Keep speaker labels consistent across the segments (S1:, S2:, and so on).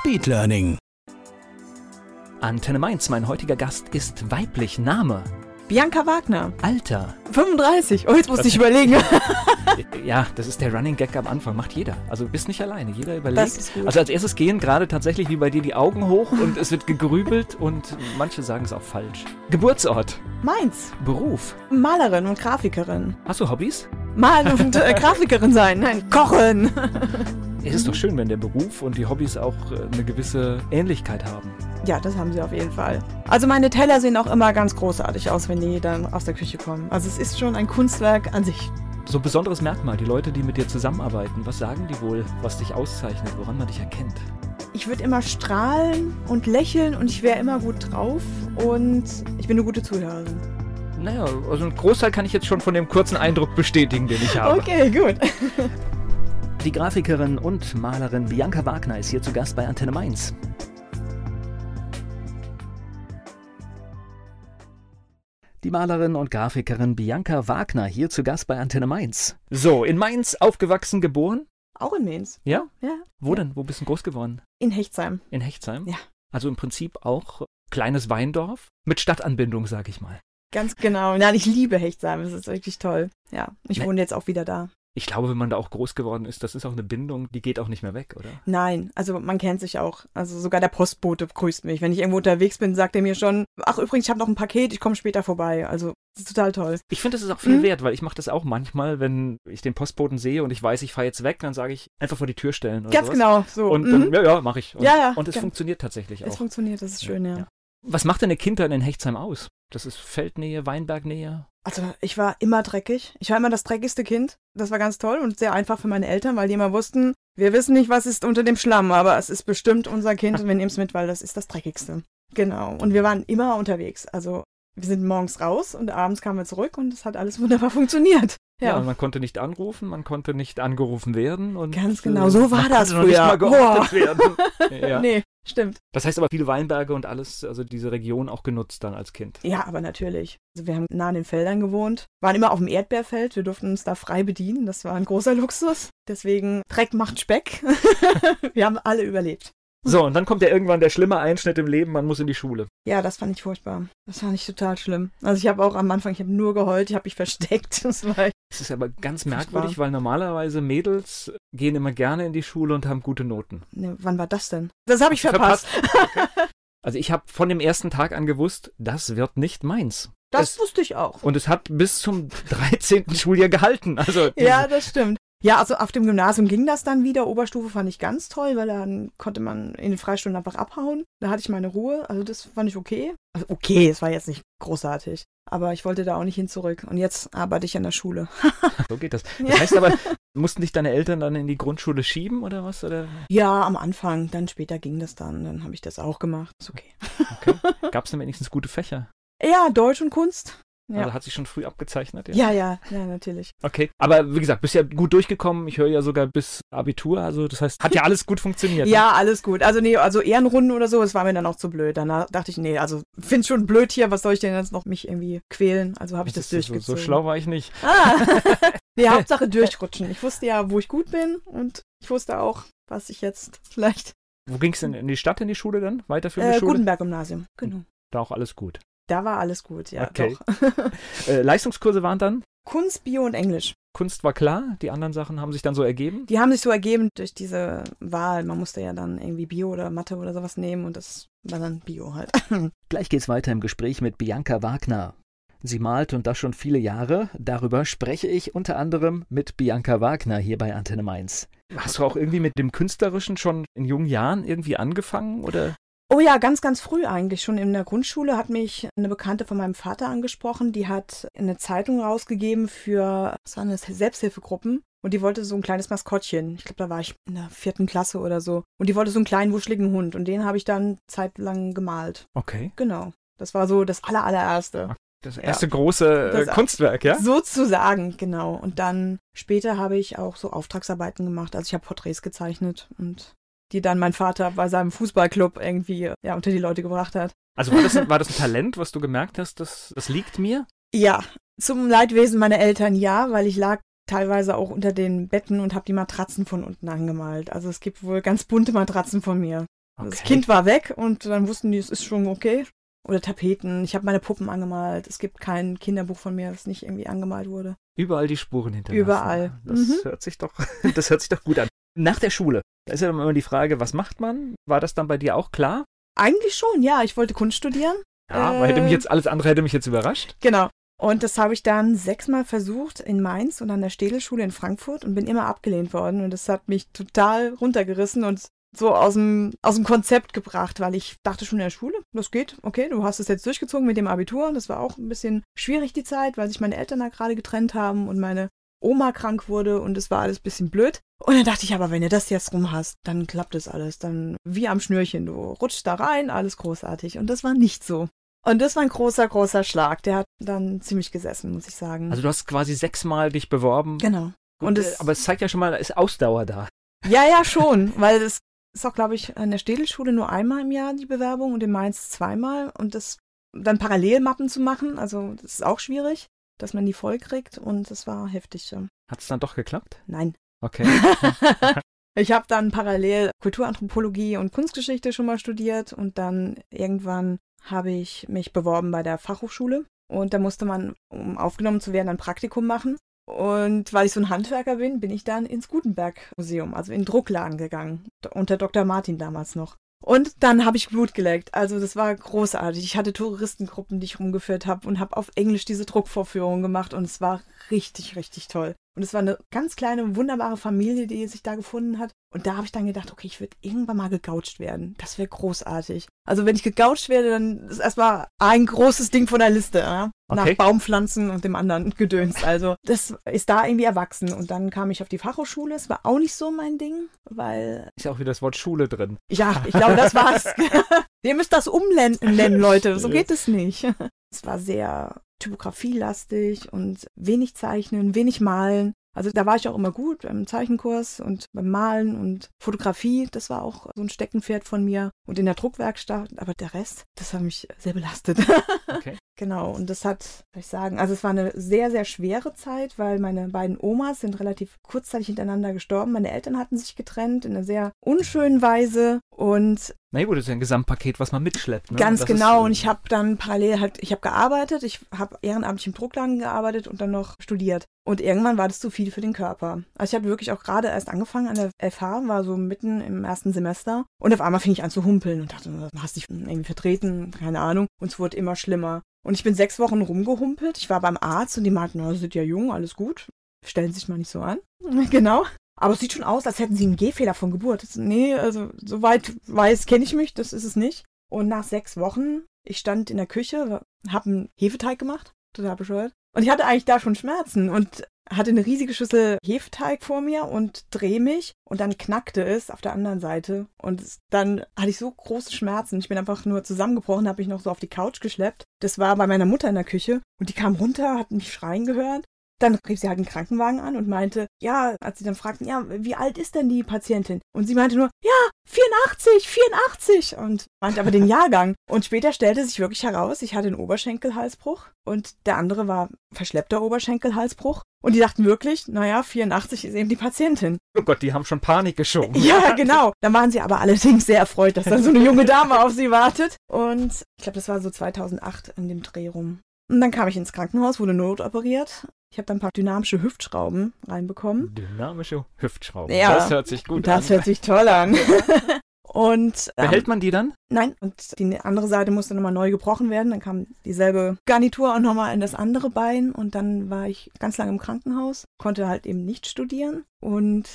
S1: Speed Learning.
S2: Antenne Mainz, mein heutiger Gast ist weiblich. Name,
S3: Bianca Wagner,
S2: Alter.
S3: 35. Oh, jetzt musste ich überlegen.
S2: Ja, das ist der Running Gag am Anfang. Macht jeder. Also du bist nicht alleine. Jeder überlegt.
S3: Das ist gut.
S2: Also als erstes gehen gerade tatsächlich wie bei dir die Augen hoch und es wird gegrübelt und manche sagen es auch falsch. Geburtsort,
S3: Mainz,
S2: Beruf.
S3: Malerin und Grafikerin.
S2: Hast du Hobbys?
S3: Malen und äh, Grafikerin sein, nein, kochen.
S2: Es ist doch
S3: Mhm.
S2: schön, wenn der Beruf und die Hobbys auch äh, eine gewisse Ähnlichkeit haben.
S3: Ja, das haben sie auf jeden Fall. Also meine Teller sehen auch immer ganz großartig aus, wenn die dann aus der Küche kommen. Also es ist schon ein Kunstwerk an sich.
S2: So ein besonderes Merkmal, die Leute, die mit dir zusammenarbeiten, was sagen die wohl, was dich auszeichnet, woran man dich erkennt?
S3: Ich würde immer strahlen und lächeln und ich wäre immer gut drauf und ich bin eine gute Zuhörerin.
S2: Naja, also einen Großteil kann ich jetzt schon von dem kurzen Eindruck bestätigen, den ich habe.
S3: Okay, gut.
S2: Die Grafikerin und Malerin Bianca Wagner ist hier zu Gast bei Antenne Mainz. Die Malerin und Grafikerin Bianca Wagner hier zu Gast bei Antenne Mainz. So, in Mainz aufgewachsen, geboren?
S3: Auch in Mainz.
S2: Ja?
S3: Ja.
S2: Wo denn? Wo bist du groß geworden?
S3: In Hechtsheim.
S2: In Hechtsheim?
S3: Ja.
S2: Also im Prinzip auch kleines Weindorf mit Stadtanbindung, sag ich mal.
S3: Ganz genau. Nein, ich liebe Hechtsheim. Es ist wirklich toll. Ja, ich
S2: Ne-
S3: wohne jetzt auch wieder da.
S2: Ich glaube, wenn man da auch groß geworden ist, das ist auch eine Bindung, die geht auch nicht mehr weg, oder?
S3: Nein, also man kennt sich auch. Also sogar der Postbote grüßt mich. Wenn ich irgendwo unterwegs bin, sagt er mir schon, ach übrigens, ich habe noch ein Paket, ich komme später vorbei. Also das ist total toll.
S2: Ich finde, das ist auch viel
S3: Mhm.
S2: wert, weil ich mache das auch manchmal, wenn ich den Postboten sehe und ich weiß, ich fahre jetzt weg, dann sage ich einfach vor die Tür stellen. Oder
S3: Ganz
S2: sowas.
S3: genau so.
S2: Und
S3: mhm.
S2: dann, ja, ja, mache ich. Und,
S3: Ja, ja,
S2: und es
S3: ja.
S2: funktioniert tatsächlich
S3: es
S2: auch.
S3: funktioniert, das ist schön, ja.
S2: Was macht denn eine Kindheit in Hechtsheim aus? Das ist Feldnähe, Weinbergnähe.
S3: Also ich war immer dreckig. Ich war immer das dreckigste Kind. Das war ganz toll und sehr einfach für meine Eltern, weil die immer wussten, wir wissen nicht, was ist unter dem Schlamm, aber es ist bestimmt unser Kind und wir nehmen es mit, weil das ist das dreckigste. Genau. Und wir waren immer unterwegs. Also wir sind morgens raus und abends kamen wir zurück und es hat alles wunderbar funktioniert.
S2: Ja.
S3: Ja.
S2: und man konnte nicht anrufen, man konnte nicht angerufen werden. Und äh,
S3: Ganz genau, so war
S2: man
S3: das
S2: konnte noch Nicht
S3: früher.
S2: mal geortet werden. ja.
S3: Nee, stimmt.
S2: Das heißt aber viele Weinberge und alles, also diese Region auch genutzt dann als Kind.
S3: Ja, aber natürlich. Also wir haben nah an den Feldern gewohnt, waren immer auf dem Erdbeerfeld, wir durften uns da frei bedienen, das war ein großer Luxus. Deswegen Dreck macht Speck. wir haben alle überlebt.
S2: So, und dann kommt ja irgendwann der schlimme Einschnitt im Leben, man muss in die Schule.
S3: Ja, das fand ich furchtbar. Das fand ich total schlimm. Also ich habe auch am Anfang, ich habe nur geheult, ich habe mich versteckt. Das war
S2: Das ist aber ganz
S3: Furchtbar.
S2: merkwürdig, weil normalerweise Mädels gehen immer gerne in die Schule und haben gute Noten.
S3: ne, wann war das denn? Das habe ich verpasst.
S2: Also ich habe von dem ersten Tag an gewusst, das wird nicht meins.
S3: Das
S2: Es-
S3: wusste ich auch.
S2: Und es hat bis zum 13. Schuljahr gehalten. Also diese-
S3: Ja, das stimmt. Ja, also auf dem Gymnasium ging das dann wieder. Oberstufe fand ich ganz toll, weil dann konnte man in den Freistunden einfach abhauen. Da hatte ich meine Ruhe. Also das fand ich okay. Also okay, es war jetzt nicht großartig. Aber ich wollte da auch nicht hin zurück. Und jetzt arbeite ich an der Schule.
S2: so geht das. Das
S3: Ja.
S2: heißt aber, mussten dich deine Eltern dann in die Grundschule schieben oder was? Oder
S3: Ja, am Anfang. Dann später ging das dann. Dann habe ich das auch gemacht. Ist okay.
S2: gab es denn wenigstens gute Fächer?
S3: Ja, Deutsch und Kunst. Ja.
S2: Also hat sich schon früh abgezeichnet?
S3: Ja, ja, ja, natürlich.
S2: Okay. Aber wie gesagt, bist ja gut durchgekommen. Ich höre ja sogar bis Abitur. Also das heißt, hat ja alles gut funktioniert. ne?
S3: Ja, alles gut. Also nee, also Ehrenrunden oder so, es war mir dann auch zu blöd. Danach dachte ich, nee, also find's schon blöd hier, was soll ich denn jetzt noch mich irgendwie quälen? Also habe ich das,
S2: ist so,
S3: durchgezogen.
S2: so schlau war ich nicht.
S3: Ah. nee, Hauptsache durchrutschen. Ich wusste ja, wo ich gut bin und ich wusste auch, was ich jetzt vielleicht.
S2: Wo ging es denn in die Stadt, in die Schule dann? Weiter für die
S3: Äh,
S2: Schule?
S3: Gutenberg-Gymnasium. Genau.
S2: Da auch alles gut.
S3: Da war alles gut, ja.
S2: Okay.
S3: Doch.
S2: Äh, Leistungskurse waren dann?
S3: Kunst, Bio und Englisch.
S2: Kunst war klar, die anderen Sachen haben sich dann so ergeben.
S3: Die haben sich so ergeben durch diese Wahl. Man musste ja dann irgendwie Bio oder Mathe oder sowas nehmen und das war dann Bio halt.
S2: Gleich geht's weiter im Gespräch mit Bianca Wagner. Sie malt und das schon viele Jahre. Darüber spreche ich unter anderem mit Bianca Wagner hier bei Antenne Mainz. Hast du auch irgendwie mit dem Künstlerischen schon in jungen Jahren irgendwie angefangen oder?
S3: Oh ja, ganz, ganz früh eigentlich. Schon in der Grundschule hat mich eine Bekannte von meinem Vater angesprochen. Die hat eine Zeitung rausgegeben für, was waren das, Selbsthilfegruppen. Und die wollte so ein kleines Maskottchen. Ich glaube, da war ich in der vierten Klasse oder so. Und die wollte so einen kleinen, wuscheligen Hund. Und den habe ich dann zeitlang gemalt.
S2: Okay.
S3: Genau. Das war so das aller, allererste.
S2: Das
S3: Ja.
S2: erste große äh,
S3: Das-
S2: Kunstwerk, ja?
S3: Sozusagen, genau. Und dann später habe ich auch so Auftragsarbeiten gemacht. Also ich habe Porträts gezeichnet und die dann mein Vater bei seinem Fußballclub irgendwie ja, unter die Leute gebracht hat.
S2: Also war das, ein- war das ein Talent, was du gemerkt hast, das, das liegt mir?
S3: Ja, zum Leidwesen meiner Eltern ja, weil ich lag teilweise auch unter den Betten und habe die Matratzen von unten angemalt. Also es gibt wohl ganz bunte Matratzen von mir. Also Das
S2: Okay.
S3: Kind war weg und dann wussten die, es ist schon okay. Oder Tapeten. Ich habe meine Puppen angemalt. Es gibt kein Kinderbuch von mir, das nicht irgendwie angemalt wurde.
S2: Überall die Spuren hinterlassen.
S3: Überall.
S2: Das
S3: Mhm.
S2: hört sich doch, das hört sich doch gut an. Nach der Schule. Da ist ja immer die Frage, was macht man? War das dann bei dir auch klar?
S3: Eigentlich schon, ja. Ich wollte Kunst studieren.
S2: Ja, weil hätte mich
S3: Äh.
S2: jetzt alles andere hätte mich jetzt überrascht.
S3: Genau. Und das habe ich dann sechsmal versucht in Mainz und an der Städelschule in Frankfurt und bin immer abgelehnt worden. Und das hat mich total runtergerissen und so aus dem, aus dem Konzept gebracht, weil ich dachte schon in der Schule, das geht, okay, du hast es jetzt durchgezogen mit dem Abitur. Das war auch ein bisschen schwierig die Zeit, weil sich meine Eltern da gerade getrennt haben und meine Oma krank wurde und es war alles ein bisschen blöd. Und dann dachte ich, aber wenn du das jetzt rum hast, dann klappt das alles. Dann wie am Schnürchen, du rutscht da rein, alles großartig. Und das war nicht so. Und das war ein großer, großer Schlag. Der hat dann ziemlich gesessen, muss ich sagen.
S2: Also du hast quasi sechsmal dich beworben.
S3: genau.
S2: Gut,
S3: und
S2: äh,
S3: es-
S2: aber es zeigt ja schon mal, da ist Ausdauer da.
S3: Ja, ja, schon, weil das ist auch, glaube ich, an der Städelschule nur einmal im Jahr die Bewerbung und in Mainz zweimal. Und das dann Parallelmappen zu machen, also das ist auch schwierig, dass man die voll kriegt. Und das war heftig. ja.
S2: Hat es dann doch geklappt?
S3: Nein.
S2: Okay.
S3: ich habe dann parallel Kulturanthropologie und Kunstgeschichte schon mal studiert und dann irgendwann habe ich mich beworben bei der Fachhochschule und da musste man, um aufgenommen zu werden, ein Praktikum machen. Und weil ich so ein Handwerker bin, bin ich dann ins Gutenberg-Museum, also in den Druckladen gegangen, d- unter Dr. Martin damals noch. Und dann habe ich Blut geleckt. Also das war großartig. Ich hatte Touristengruppen, die ich rumgeführt habe und habe auf Englisch diese Druckvorführung gemacht und es war richtig, richtig toll. Und es war eine ganz kleine, wunderbare Familie, die sich da gefunden hat. Und da habe ich dann gedacht, okay, ich würde irgendwann mal gegoucht werden. Das wäre großartig. Also wenn ich gegoucht werde, dann ist erstmal ein großes Ding von der Liste. Ja?
S2: Okay.
S3: Nach Baumpflanzen und dem anderen Gedöns. Also das ist da irgendwie erwachsen. Und dann kam ich auf die Fachhochschule. Es war auch nicht so mein Ding, weil
S2: Ist ja auch wieder das Wort Schule drin.
S3: ja, ich glaube, das war's. Ihr müsst das umlenden, nennen, Leute. So geht es nicht. Es war sehr typografielastig und wenig zeichnen, wenig malen. Also da war ich auch immer gut beim Zeichenkurs und beim Malen und Fotografie. Das war auch so ein Steckenpferd von mir. Und in der Druckwerkstatt. Aber der Rest, das hat mich sehr belastet.
S2: Okay.
S3: Genau, und das hat, was soll ich sagen, also es war eine sehr, sehr schwere Zeit, weil meine beiden Omas sind relativ kurzzeitig hintereinander gestorben. Meine Eltern hatten sich getrennt in einer sehr unschönen Weise und
S2: Na gut, das ist ja ein Gesamtpaket, was man mitschleppt. Ne?
S3: ganz
S2: Das
S3: genau.
S2: Ist,
S3: und ich habe dann parallel halt, ich habe gearbeitet, ich habe ehrenamtlich im Druckladen gearbeitet und dann noch studiert. Und irgendwann war das zu viel für den Körper. Also ich hatte wirklich auch gerade erst angefangen an der FH, war so mitten im ersten Semester. Und auf einmal fing ich an zu humpeln und dachte, "Du hast dich irgendwie vertreten, keine Ahnung. Und es wurde immer schlimmer. Und ich bin sechs Wochen rumgehumpelt. Ich war beim Arzt und die meinten, "Na, Sie sind ja jung, alles gut. Stellen Sie sich mal nicht so an. genau. Aber es sieht schon aus, als hätten sie einen Gehfehler von Geburt. Das- Nee, also soweit weiß, kenne ich mich, das ist es nicht. Und nach sechs Wochen, ich stand in der Küche, habe einen Hefeteig gemacht, total bescheuert. Und ich hatte eigentlich da schon Schmerzen und hatte eine riesige Schüssel Hefeteig vor mir und drehe mich und dann knackte es auf der anderen Seite und es, dann hatte ich so große Schmerzen. Ich bin einfach nur zusammengebrochen, habe mich noch so auf die Couch geschleppt. Das war bei meiner Mutter in der Küche und die kam runter, hat mich schreien gehört dann rief sie halt einen Krankenwagen an und meinte, ja, als sie dann fragten, ja, wie alt ist denn die Patientin? Und sie meinte nur, ja, 84, 84 und meinte aber den Jahrgang. Und später stellte sich wirklich heraus, ich hatte einen Oberschenkelhalsbruch und der andere war verschleppter Oberschenkelhalsbruch. Und die dachten wirklich, naja, 84 ist eben die Patientin.
S2: oh Gott, die haben schon Panik geschoben.
S3: Ja, genau. Dann waren sie aber allerdings sehr erfreut, dass dann so eine junge Dame auf sie wartet. Und ich glaube, das war so 2008 in dem Dreh rum. Und dann kam ich ins Krankenhaus, wurde notoperiert. Ich habe dann ein paar dynamische Hüftschrauben reinbekommen.
S2: Dynamische Hüftschrauben.
S3: Ja.
S2: Das hört sich gut
S3: das
S2: an.
S3: hört sich toll an. Und ähm,
S2: Behält man die dann?
S3: nein, und die ne-, andere Seite musste nochmal neu gebrochen werden. Dann kam dieselbe Garnitur auch nochmal in das andere Bein. Und dann war ich ganz lange im Krankenhaus, konnte halt eben nicht studieren und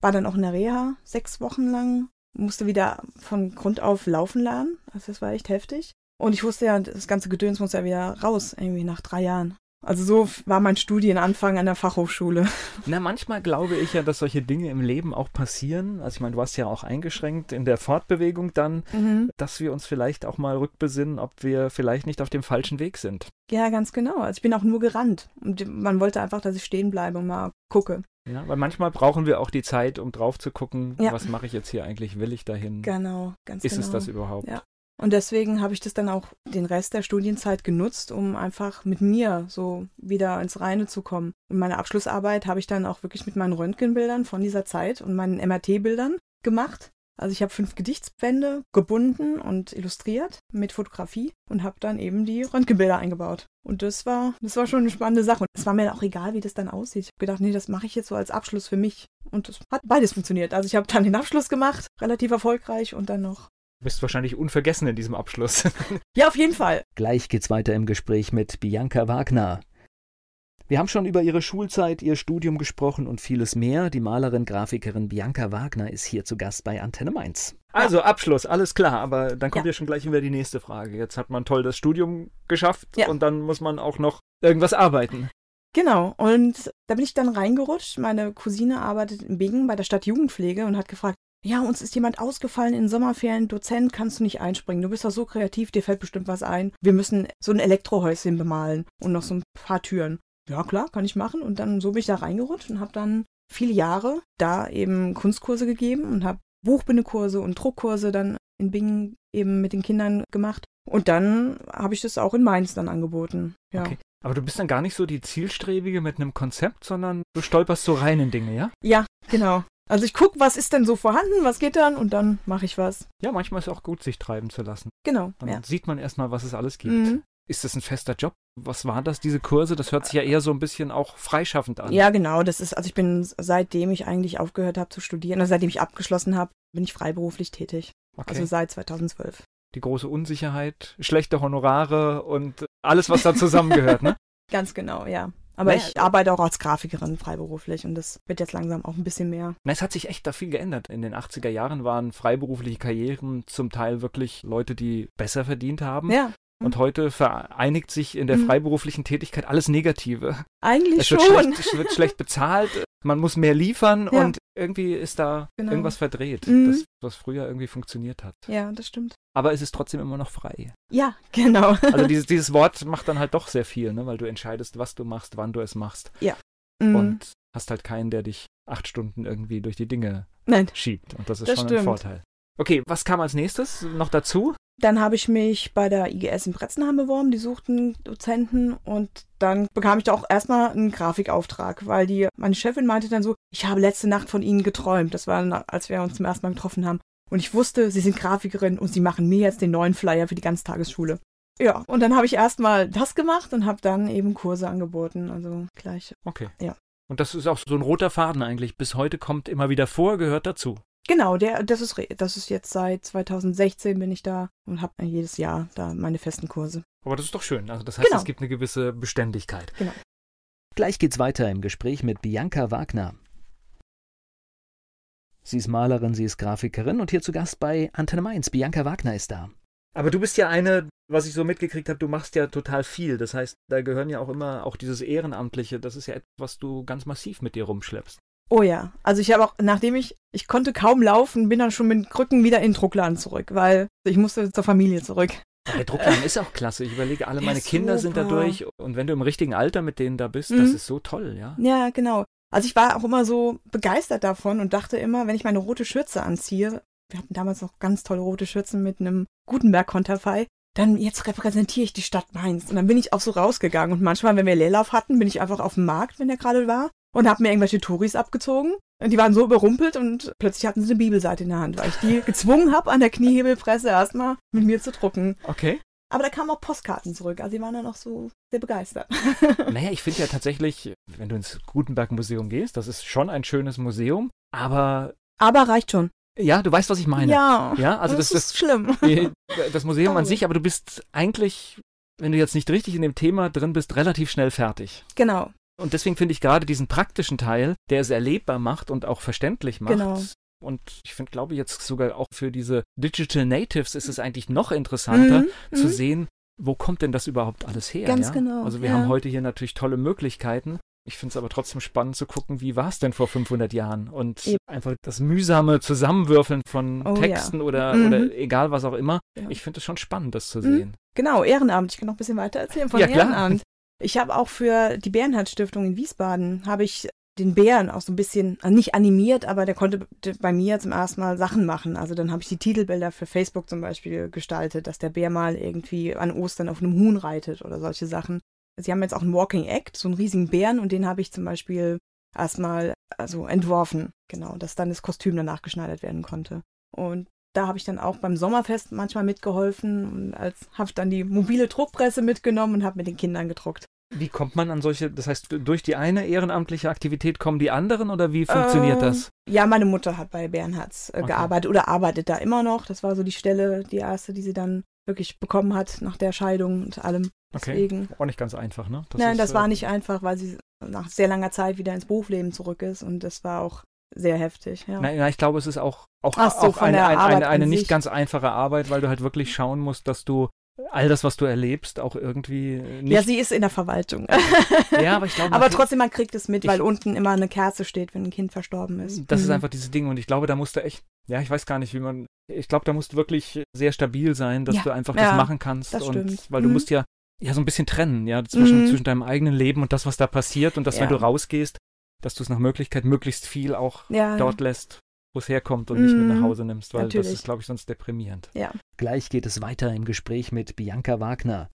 S3: war dann auch in der Reha sechs Wochen lang. Musste wieder von Grund auf laufen lernen. Also das war echt heftig. Und ich wusste ja, das ganze Gedöns muss ja wieder raus, irgendwie nach drei Jahren. Also so f- war mein Studienanfang an der Fachhochschule.
S2: Na, manchmal glaube ich ja, dass solche Dinge im Leben auch passieren. Also ich meine, du warst ja auch eingeschränkt in der Fortbewegung dann,
S3: Mhm.
S2: dass wir uns vielleicht auch mal rückbesinnen, ob wir vielleicht nicht auf dem falschen Weg sind.
S3: Ja, ganz genau. Also ich bin auch nur gerannt. Und man wollte einfach, dass ich stehen bleibe und mal gucke.
S2: Ja, weil manchmal brauchen wir auch die Zeit, um drauf zu gucken,
S3: Ja.
S2: was mache ich jetzt hier eigentlich, will ich dahin,
S3: Genau, ganz
S2: ist
S3: genau.
S2: es das überhaupt?
S3: Ja. Und deswegen habe ich das dann auch den Rest der Studienzeit genutzt, um einfach mit mir so wieder ins Reine zu kommen. Und meine Abschlussarbeit habe ich dann auch wirklich mit meinen Röntgenbildern von dieser Zeit und meinen MRT-Bildern gemacht. Also ich habe fünf Gedichtsbände gebunden und illustriert mit Fotografie und habe dann eben die Röntgenbilder eingebaut. Und das war, das war schon eine spannende Sache. Und es war mir auch egal, wie das dann aussieht. Ich habe gedacht, nee, das mache ich jetzt so als Abschluss für mich. Und das hat beides funktioniert. Also ich habe dann den Abschluss gemacht, relativ erfolgreich und dann noch
S2: Du bist wahrscheinlich unvergessen in diesem Abschluss.
S3: ja, auf jeden Fall.
S2: Gleich geht's weiter im Gespräch mit Bianca Wagner. Wir haben schon über ihre Schulzeit, ihr Studium gesprochen und vieles mehr. Die Malerin, Grafikerin Bianca Wagner ist hier zu Gast bei Antenne Mainz. Also Abschluss, alles klar, aber dann kommt ja,
S3: Ja.
S2: schon gleich wieder die nächste Frage. Jetzt hat man toll das Studium geschafft
S3: Ja.
S2: und dann muss man auch noch irgendwas arbeiten.
S3: Genau. Und da bin ich dann reingerutscht. Meine Cousine arbeitet in Bingen bei der Stadt Jugendpflege und hat gefragt, ja, uns ist jemand ausgefallen in Sommerferien, Dozent, kannst du nicht einspringen. Du bist doch so kreativ, dir fällt bestimmt was ein. Wir müssen so ein Elektrohäuschen bemalen und noch so ein paar Türen. Ja, klar, kann ich machen. Und dann so bin ich da reingerutscht und habe dann viele Jahre da eben Kunstkurse gegeben und habe Buchbindekurse und Druckkurse dann in Bingen eben mit den Kindern gemacht. Und dann habe ich das auch in Mainz dann angeboten. Ja.
S2: Okay. Aber du bist dann gar nicht so die Zielstrebige mit einem Konzept, sondern du stolperst so rein in Dinge, ja?
S3: Ja, genau. Also ich gucke, was ist denn so vorhanden, was geht dann und dann mache ich was.
S2: Ja, manchmal ist es auch gut, sich treiben zu lassen.
S3: Genau.
S2: Dann
S3: Ja.
S2: sieht man erstmal, was es alles gibt.
S3: Mhm.
S2: Ist das ein fester Job? Was waren das, diese Kurse? Das hört sich ja eher so ein bisschen auch freischaffend an.
S3: ja, genau. Das ist, also ich bin, seitdem ich eigentlich aufgehört habe zu studieren, also seitdem ich abgeschlossen habe, bin ich freiberuflich tätig.
S2: okay.
S3: Also seit 2012.
S2: Die große Unsicherheit, schlechte Honorare und alles, was da zusammengehört, ne?
S3: Ganz genau, ja. Aber
S2: Naja,
S3: ich arbeite auch als Grafikerin freiberuflich und das wird jetzt langsam auch ein bisschen mehr.
S2: Na, es hat sich echt da viel geändert. In den 80er Jahren waren freiberufliche Karrieren zum Teil wirklich Leute, die besser verdient haben.
S3: Ja,
S2: Und heute vereinigt sich in der
S3: Mhm.
S2: freiberuflichen Tätigkeit alles Negative.
S3: eigentlich
S2: Es wird
S3: schon.
S2: schlecht, es wird schlecht bezahlt, man muss mehr liefern
S3: Ja.
S2: und irgendwie ist da
S3: Genau.
S2: irgendwas verdreht,
S3: Mhm.
S2: das, was früher irgendwie funktioniert hat.
S3: Ja, das stimmt.
S2: Aber es ist trotzdem immer noch frei.
S3: Ja, genau.
S2: Also dieses, dieses Wort macht dann halt doch sehr viel, ne? weil du entscheidest, was du machst, wann du es machst
S3: Mhm.
S2: und hast halt keinen, der dich acht Stunden irgendwie durch die Dinge
S3: Nein.
S2: schiebt. Und das ist
S3: Das
S2: schon ein
S3: stimmt.
S2: Vorteil. Okay, was kam als nächstes noch dazu?
S3: Dann habe ich mich bei der IGS in Bretzenheim beworben, die suchten Dozenten und dann bekam ich da auch erstmal einen Grafikauftrag, weil die, meine Chefin meinte dann so, ich habe letzte Nacht von Ihnen geträumt, das war, na- als wir uns zum ersten Mal getroffen haben. Und ich wusste, Sie sind Grafikerin und Sie machen mir jetzt den neuen Flyer für die Ganztagesschule. Ja, und dann habe ich erstmal das gemacht und habe dann eben Kurse angeboten, also gleich.
S2: Okay.
S3: Ja.
S2: Und das ist auch so ein roter Faden eigentlich. Bis heute kommt immer wieder vor, gehört dazu.
S3: Genau, der, das ist, re- das ist jetzt seit 2016 bin ich da und habe jedes Jahr da meine festen Kurse.
S2: Aber das ist doch schön. Also das heißt,
S3: Genau.
S2: es gibt eine gewisse Beständigkeit.
S4: Gleich geht's weiter im Gespräch mit Bianca Wagner. Sie ist Malerin, sie ist Grafikerin und hier zu Gast bei Antenne Mainz. Bianca Wagner ist da.
S2: Aber du bist ja eine, was ich so mitgekriegt habe, du machst ja total viel. Das heißt, da gehören ja auch immer auch dieses Ehrenamtliche. Das ist ja etwas, was du ganz massiv mit dir rumschleppst.
S3: Oh ja, also ich habe auch, nachdem ich, ich konnte kaum laufen, bin dann schon mit dem Krücken wieder in den Druckladen zurück, weil ich musste zur Familie zurück.
S2: Aber Der Druckladen ist auch klasse. Ich überlege, alle
S3: Äh. Der
S2: meine
S3: ist
S2: Kinder sind da
S3: super.
S2: durch. Und wenn du im richtigen Alter mit denen da bist,
S3: Mhm.
S2: das ist so toll, ja.
S3: Ja, genau. Also ich war auch immer so begeistert davon und dachte immer, wenn ich meine rote Schürze anziehe, wir hatten damals noch ganz tolle rote Schürzen mit einem Gutenberg-Konterfei, dann jetzt repräsentiere ich die Stadt Mainz. Und dann bin ich auch so rausgegangen. Und manchmal, wenn wir Leerlauf hatten, bin ich einfach auf dem Markt, wenn der gerade war, und habe mir irgendwelche Touris abgezogen. Und die waren so überrumpelt und plötzlich hatten sie eine Bibelseite in der Hand, weil ich die gezwungen habe, an der Kniehebelpresse erstmal mit mir zu drucken.
S2: Okay.
S3: Aber da kamen auch Postkarten zurück. Also die waren dann auch so sehr begeistert.
S2: Naja, ich finde ja tatsächlich, wenn du ins Gutenberg-Museum gehst, das ist schon ein schönes Museum. Aber
S3: Aber reicht schon.
S2: ja, du weißt, was ich meine.
S3: Ja.
S2: Ja, also das, das,
S3: ist schlimm.
S2: Nee, das Museum an
S3: Traurig.
S2: sich, aber du bist eigentlich, wenn du jetzt nicht richtig in dem Thema drin bist, relativ schnell fertig.
S3: Genau.
S2: Und deswegen finde ich gerade diesen praktischen Teil, der es erlebbar macht und auch verständlich macht.
S3: Genau.
S2: Und ich finde, glaube jetzt sogar auch für diese Digital Natives ist es eigentlich noch interessanter
S3: Mhm,
S2: zu
S3: mhm.
S2: sehen, wo kommt denn das überhaupt alles her?
S3: Ganz
S2: ja?
S3: genau,
S2: Also wir
S3: ja.
S2: haben heute hier natürlich tolle Möglichkeiten. Ich finde es aber trotzdem spannend zu gucken, wie war es denn vor 500 Jahren und
S3: Eben.
S2: einfach das mühsame Zusammenwürfeln von
S3: Oh ja.
S2: Texten oder,
S3: Mhm.
S2: oder egal was auch immer.
S3: Ja.
S2: Ich finde es schon spannend, das zu
S3: Mhm.
S2: sehen.
S3: Genau, Ehrenamt. Ich kann noch ein bisschen weiter erzählen von
S2: Ja, klar.
S3: Ehrenamt. Ich habe auch für die Bärenhardt-Stiftung in Wiesbaden, habe ich den Bären auch so ein bisschen, also nicht animiert, aber der konnte b- bei mir zum ersten Mal Sachen machen. Also dann habe ich die Titelbilder für Facebook zum Beispiel gestaltet, dass der Bär mal irgendwie an Ostern auf einem Huhn reitet oder solche Sachen. Sie haben jetzt auch einen Walking Act, so einen riesigen Bären und den habe ich zum Beispiel erstmal also entworfen. Genau, dass dann das Kostüm danach geschneidert werden konnte. Und da habe ich dann auch beim Sommerfest manchmal mitgeholfen und als habe dann die mobile Druckpresse mitgenommen und habe mit den Kindern gedruckt.
S2: Wie kommt man an solche, das heißt, durch die eine ehrenamtliche Aktivität kommen die anderen oder wie funktioniert
S3: Ähm,
S2: das?
S3: Ja, meine Mutter hat bei Bernhards äh,
S2: Okay.
S3: gearbeitet oder arbeitet da immer noch. Das war so die Stelle, die erste, die sie dann wirklich bekommen hat nach der Scheidung und allem.
S2: Okay.
S3: Deswegen.
S2: Auch nicht ganz einfach, ne?
S3: Nein,
S2: ist,
S3: das
S2: äh,
S3: war nicht einfach, weil sie nach sehr langer Zeit wieder ins Berufsleben zurück ist und das war auch sehr heftig. Ja.
S2: Nein, nein, ich glaube, es ist auch, auch,
S3: Ach so,
S2: auch
S3: von
S2: eine,
S3: der
S2: eine,
S3: Arbeit
S2: eine, eine
S3: an
S2: nicht
S3: sich.
S2: ganz einfache Arbeit, weil du halt wirklich schauen musst, dass du all das, was du erlebst, auch irgendwie äh, nicht.
S3: ja, sie ist in der Verwaltung.
S2: Ja, aber ich glaube,
S3: Aber
S2: man-
S3: trotzdem, man kriegt es mit,
S2: Ich-
S3: weil unten immer eine Kerze steht, wenn ein Kind verstorben ist.
S2: Das ist
S3: Mhm.
S2: einfach diese Dinge und ich glaube, da musst du echt, ja, ich weiß gar nicht, wie man, ich glaube, da musst du wirklich sehr stabil sein, dass
S3: Ja,
S2: du einfach
S3: ja,
S2: das machen kannst
S3: das
S2: und
S3: stimmt.
S2: weil du
S3: Mhm.
S2: musst ja ja so ein bisschen trennen, ja, zwischen
S3: Mhm.
S2: zwischen deinem eigenen Leben und das, was da passiert und dass wenn
S3: Ja.
S2: du rausgehst, dass du es nach Möglichkeit möglichst viel auch
S3: Ah, ja,
S2: dort lässt, wo es herkommt und nicht mit nach
S3: Mhm.
S2: Hause nimmst, weil das
S3: Natürlich.
S2: ist, glaube ich, sonst deprimierend.
S4: Gleich geht es weiter im Gespräch mit Bianca Wagner.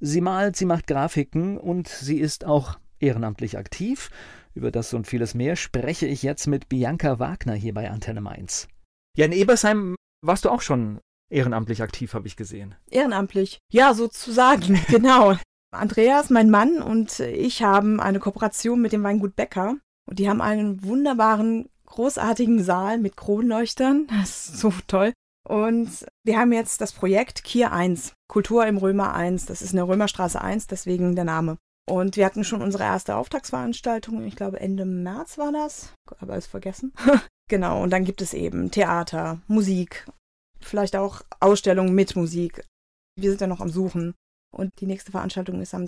S4: Sie malt, sie macht Grafiken und sie ist auch ehrenamtlich aktiv. Über das und vieles mehr spreche ich jetzt mit Bianca Wagner hier bei Antenne Mainz.
S2: Ja, in Ebersheim warst du auch schon ehrenamtlich aktiv, habe ich gesehen.
S3: ehrenamtlich. Ja, sozusagen, genau. Andreas, mein Mann und ich haben eine Kooperation mit dem Weingut Becker und die haben einen wunderbaren, großartigen Saal mit Kronleuchtern. Das ist so toll. Und wir haben jetzt das Projekt Kier 1, Kultur im Römer 1. Das ist in der Römerstraße 1, deswegen der Name. Und wir hatten schon unsere erste Auftragsveranstaltung, ich glaube Ende März war das, aber ist vergessen. genau, und dann gibt es eben Theater, Musik, vielleicht auch Ausstellungen mit Musik. Wir sind ja noch am Suchen. Und die nächste Veranstaltung ist am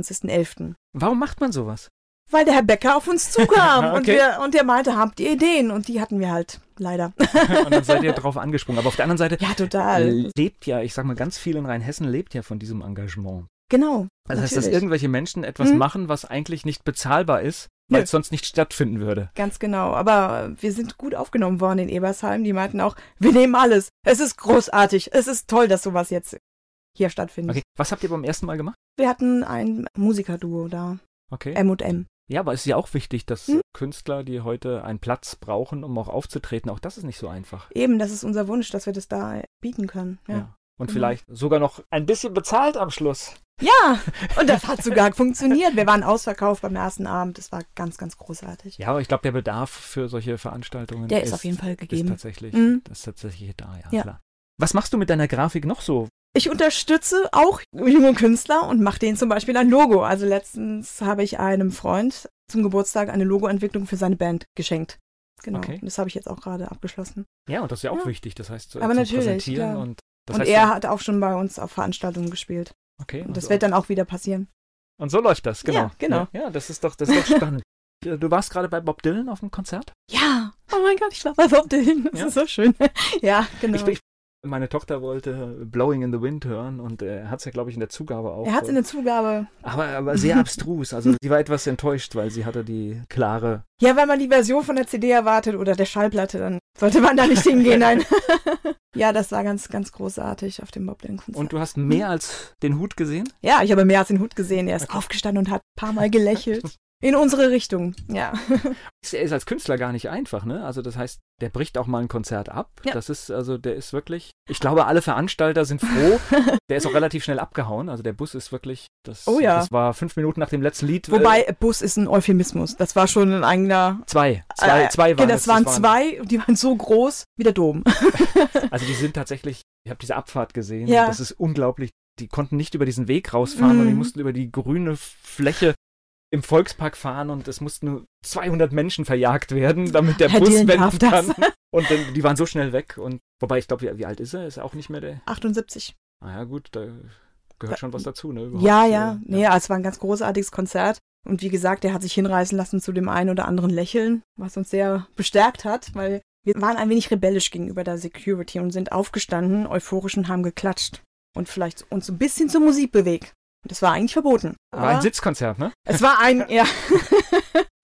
S3: 23.11.
S2: Warum macht man sowas?
S3: Weil der Herr Becker auf uns zukam und,
S2: Okay.
S3: wir, und der meinte, habt ihr Ideen? Und die hatten wir halt, leider.
S2: Und dann seid ihr drauf angesprungen. Aber auf der anderen Seite
S3: ja, total.
S2: lebt ja, ich sag mal, ganz viel in Rheinhessen lebt ja von diesem Engagement.
S3: Genau.
S2: Also heißt, dass
S3: Natürlich.
S2: irgendwelche Menschen etwas
S3: Mhm.
S2: machen, was eigentlich nicht bezahlbar ist, weil
S3: Nö.
S2: es sonst nicht stattfinden würde.
S3: Ganz genau. Aber wir sind gut aufgenommen worden in Ebersheim. Die meinten auch, wir nehmen alles. Es ist großartig. Es ist toll, dass sowas jetzt hier stattfindet.
S2: Okay, was habt ihr beim ersten Mal gemacht?
S3: Wir hatten ein Musikerduo da,
S2: Okay.
S3: M und M.
S2: ja, aber es ist ja auch wichtig, dass
S3: Mhm.
S2: Künstler, die heute einen Platz brauchen, um auch aufzutreten, auch das ist nicht so einfach.
S3: Eben, das ist unser Wunsch, dass wir das da bieten können. Ja.
S2: Und
S3: Mhm.
S2: vielleicht sogar noch ein bisschen bezahlt am Schluss.
S3: Ja, und das hat sogar funktioniert. Wir waren ausverkauft beim ersten Abend. Das war ganz, ganz großartig.
S2: Ja, aber ich glaube, der Bedarf für solche Veranstaltungen
S3: Der ist auf jeden Fall
S2: Ist
S3: gegeben.
S2: tatsächlich,
S3: Mhm.
S2: das ist tatsächlich da, ja,
S3: Ja.
S2: klar. Was machst du mit deiner Grafik noch so?
S3: Ich unterstütze auch junge Künstler und mache denen zum Beispiel ein Logo. Also letztens habe ich einem Freund zum Geburtstag eine Logoentwicklung für seine Band geschenkt. Genau.
S2: Okay.
S3: Und Das habe ich jetzt auch gerade abgeschlossen.
S2: Ja, und das ist ja auch
S3: Ja.
S2: wichtig. Das heißt, äh,
S3: Aber
S2: zum
S3: natürlich,
S2: Präsentieren
S3: klar.
S2: und das
S3: und
S2: heißt,
S3: er hat auch schon bei uns auf Veranstaltungen gespielt.
S2: okay,
S3: Und das
S2: also-
S3: wird dann auch wieder passieren.
S2: Und so läuft das, genau.
S3: Ja, genau.
S2: Ja, das ist doch, das ist doch spannend. Ja, Du warst gerade bei Bob Dylan auf dem Konzert?
S3: Ja. Oh mein Gott, ich schlafe auf Bob Dylan. Das
S2: Ja.
S3: ist so schön. ja, genau.
S2: Ich, ich, meine Tochter wollte Blowing in the Wind hören und äh, er hat es ja, glaube ich, in der Zugabe auch.
S3: er hat es in der Zugabe.
S2: aber, aber sehr abstrus. Also sie war etwas enttäuscht, weil sie hatte die klare.
S3: Ja, wenn man die Version von der CD erwartet oder der Schallplatte, dann sollte man da nicht hingehen. Nein. ja, das war ganz, ganz großartig auf dem Bob Dylan-Konzert.
S2: Und du hast mehr als den Hut gesehen?
S3: Ja, ich habe mehr als den Hut gesehen. Er ist aufgestanden und hat ein paar Mal gelächelt. In unsere Richtung, ja.
S2: Ist- Er ist als Künstler gar nicht einfach, ne? Also das heißt, der bricht auch mal ein Konzert ab.
S3: Ja.
S2: Das ist, also der ist wirklich. Ich glaube, alle Veranstalter sind froh. der ist auch relativ schnell abgehauen. Also der Bus ist wirklich. Das,
S3: Oh ja.
S2: Das war fünf Minuten nach dem letzten Lied. äh,
S3: Wobei, äh, Bus ist ein Euphemismus. Das war schon ein eigener.
S2: Zwei. Zwei,
S3: äh,
S2: zwei waren
S3: genau, das waren zwei, die waren so groß wie der Dom.
S2: Also die sind tatsächlich, ich habe diese Abfahrt gesehen,
S3: Ja.
S2: das ist unglaublich. Die konnten nicht über diesen Weg rausfahren und die
S3: Mhm.
S2: mussten über die grüne Fläche im Volkspark fahren und es mussten 200 Menschen verjagt werden, damit der
S3: Herr
S2: Bus
S3: Dylan
S2: wenden
S3: darf das.
S2: kann. Und dann, die waren so schnell weg und wobei ich glaube, wie, wie alt ist er? Ist er auch nicht mehr der?
S3: 78.
S2: Ah ja gut, da Gehört schon was dazu, ne? Überhaupt,
S3: Ja,
S2: äh,
S3: ja. Nee, ja. es war ein ganz großartiges Konzert. Und wie gesagt, er hat sich hinreißen lassen zu dem einen oder anderen Lächeln, was uns sehr bestärkt hat, weil wir waren ein wenig rebellisch gegenüber der Security und sind aufgestanden, euphorisch und haben geklatscht. Und vielleicht uns ein bisschen zur Musik bewegt. Und das war eigentlich verboten.
S2: War ein
S3: Aber
S2: Sitzkonzert, ne?
S3: Es war ein, ja.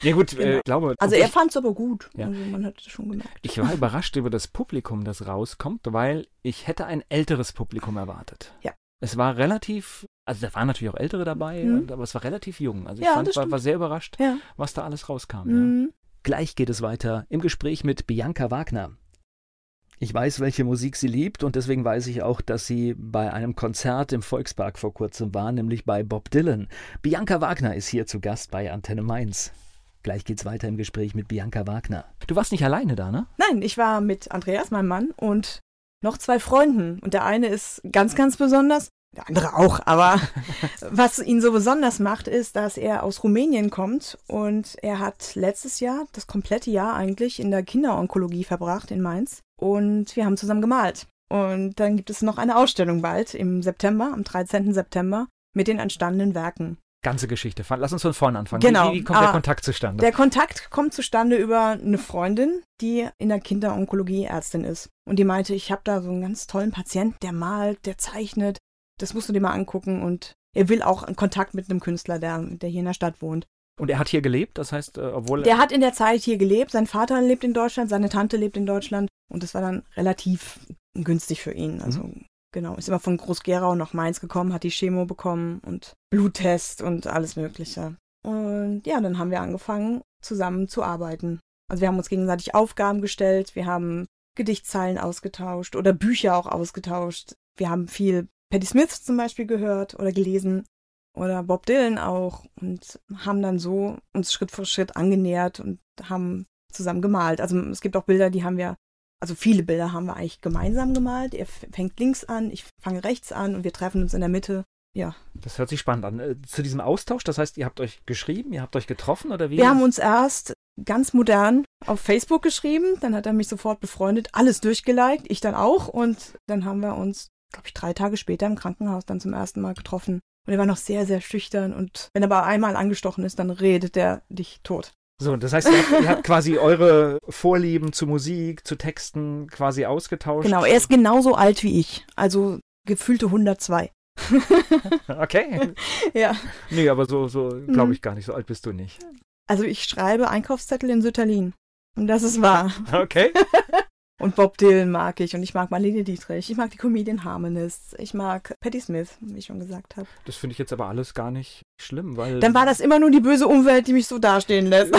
S2: Ja gut, äh,
S3: Genau.
S2: ich glaube,
S3: Also er fand es aber gut.
S2: Ja.
S3: Also man hat es schon gemerkt.
S2: ich war überrascht über das Publikum, das rauskommt, weil ich hätte ein älteres Publikum erwartet.
S3: Ja.
S2: Es war relativ, also da waren natürlich auch Ältere dabei,
S3: Mhm.
S2: und- aber es war relativ jung. Also ich
S3: Ja,
S2: fand,
S3: das
S2: war,
S3: stimmt.
S2: war sehr überrascht,
S3: Ja.
S2: was da alles rauskam. Ja.
S3: Mhm.
S4: Gleich geht es weiter im Gespräch mit Bianca Wagner. Ich weiß, welche Musik sie liebt und deswegen weiß ich auch, dass sie bei einem Konzert im Volkspark vor kurzem war, nämlich bei Bob Dylan. Bianca Wagner ist hier zu Gast bei Antenne Mainz. Gleich geht's weiter im Gespräch mit Bianca Wagner.
S2: Du warst nicht alleine da, ne?
S3: Nein, ich war mit Andreas, meinem Mann, und noch zwei Freunden. Und der eine ist ganz, ganz besonders, der andere auch, aber was ihn so besonders macht, ist, dass er aus Rumänien kommt und er hat letztes Jahr, das komplette Jahr eigentlich, in der Kinderonkologie verbracht in Mainz. Und wir haben zusammen gemalt. Und dann gibt es noch eine Ausstellung bald im September, am 13. September, mit den entstandenen Werken.
S2: Ganze Geschichte. Fan- Lass uns von vorne anfangen.
S3: Genau.
S2: Wie, wie kommt der
S3: Ah,
S2: Kontakt zustande?
S3: Der Kontakt kommt zustande über eine Freundin, die in der Kinderonkologie Ärztin ist. Und die meinte, ich habe da so einen ganz tollen Patienten, der malt, der zeichnet. Das musst du dir mal angucken. Und er will auch einen Kontakt mit einem Künstler, der, der hier in der Stadt wohnt.
S2: Und er hat hier gelebt, das heißt, äh, obwohl
S3: Der hat in der Zeit hier gelebt. Sein Vater lebt in Deutschland, seine Tante lebt in Deutschland. Und das war dann relativ günstig für ihn. Also
S2: Mhm.
S3: genau, ist immer von Groß-Gerau nach Mainz gekommen, hat die Chemo bekommen und Bluttest und alles Mögliche. Und ja, dann haben wir angefangen, zusammen zu arbeiten. Also wir haben uns gegenseitig Aufgaben gestellt, wir haben Gedichtzeilen ausgetauscht oder Bücher auch ausgetauscht. Wir haben viel Patti Smith zum Beispiel gehört oder gelesen oder Bob Dylan auch und haben dann so uns Schritt für Schritt angenähert und haben zusammen gemalt. Also es gibt auch Bilder, die haben wir, also viele Bilder haben wir eigentlich gemeinsam gemalt. Er f- fängt links an, ich fange rechts an und wir treffen uns in der Mitte.
S2: Das hört sich spannend an. Äh, Zu diesem Austausch, das heißt, ihr habt euch geschrieben, ihr habt euch getroffen oder wie?
S3: Wir haben uns erst ganz modern auf Facebook geschrieben, dann hat er mich sofort befreundet, alles durchgeliked, ich dann auch und dann haben wir uns, glaube ich, drei Tage später im Krankenhaus dann zum ersten Mal getroffen. Und er war noch sehr, sehr schüchtern und wenn er aber einmal angestochen ist, dann redet er dich tot.
S2: So, das heißt, ihr habt, ihr habt quasi eure Vorlieben zu Musik, zu Texten quasi ausgetauscht.
S3: Genau, er ist genauso alt wie ich. Also gefühlte 102.
S2: Okay.
S3: ja.
S2: Nee, aber so, so
S3: Mhm.
S2: glaube ich gar nicht. So alt bist du nicht.
S3: Also ich schreibe Einkaufszettel in Sütterlin. Und das ist wahr.
S2: Okay.
S3: Und Bob Dylan mag ich. Und ich mag Marlene Dietrich. Ich mag die Comedian Harmonists. Ich mag Patti Smith, wie ich schon gesagt habe.
S2: Das finde ich jetzt aber alles gar nicht schlimm, weil.
S3: Dann war das immer nur die böse Umwelt, die mich so dastehen lässt.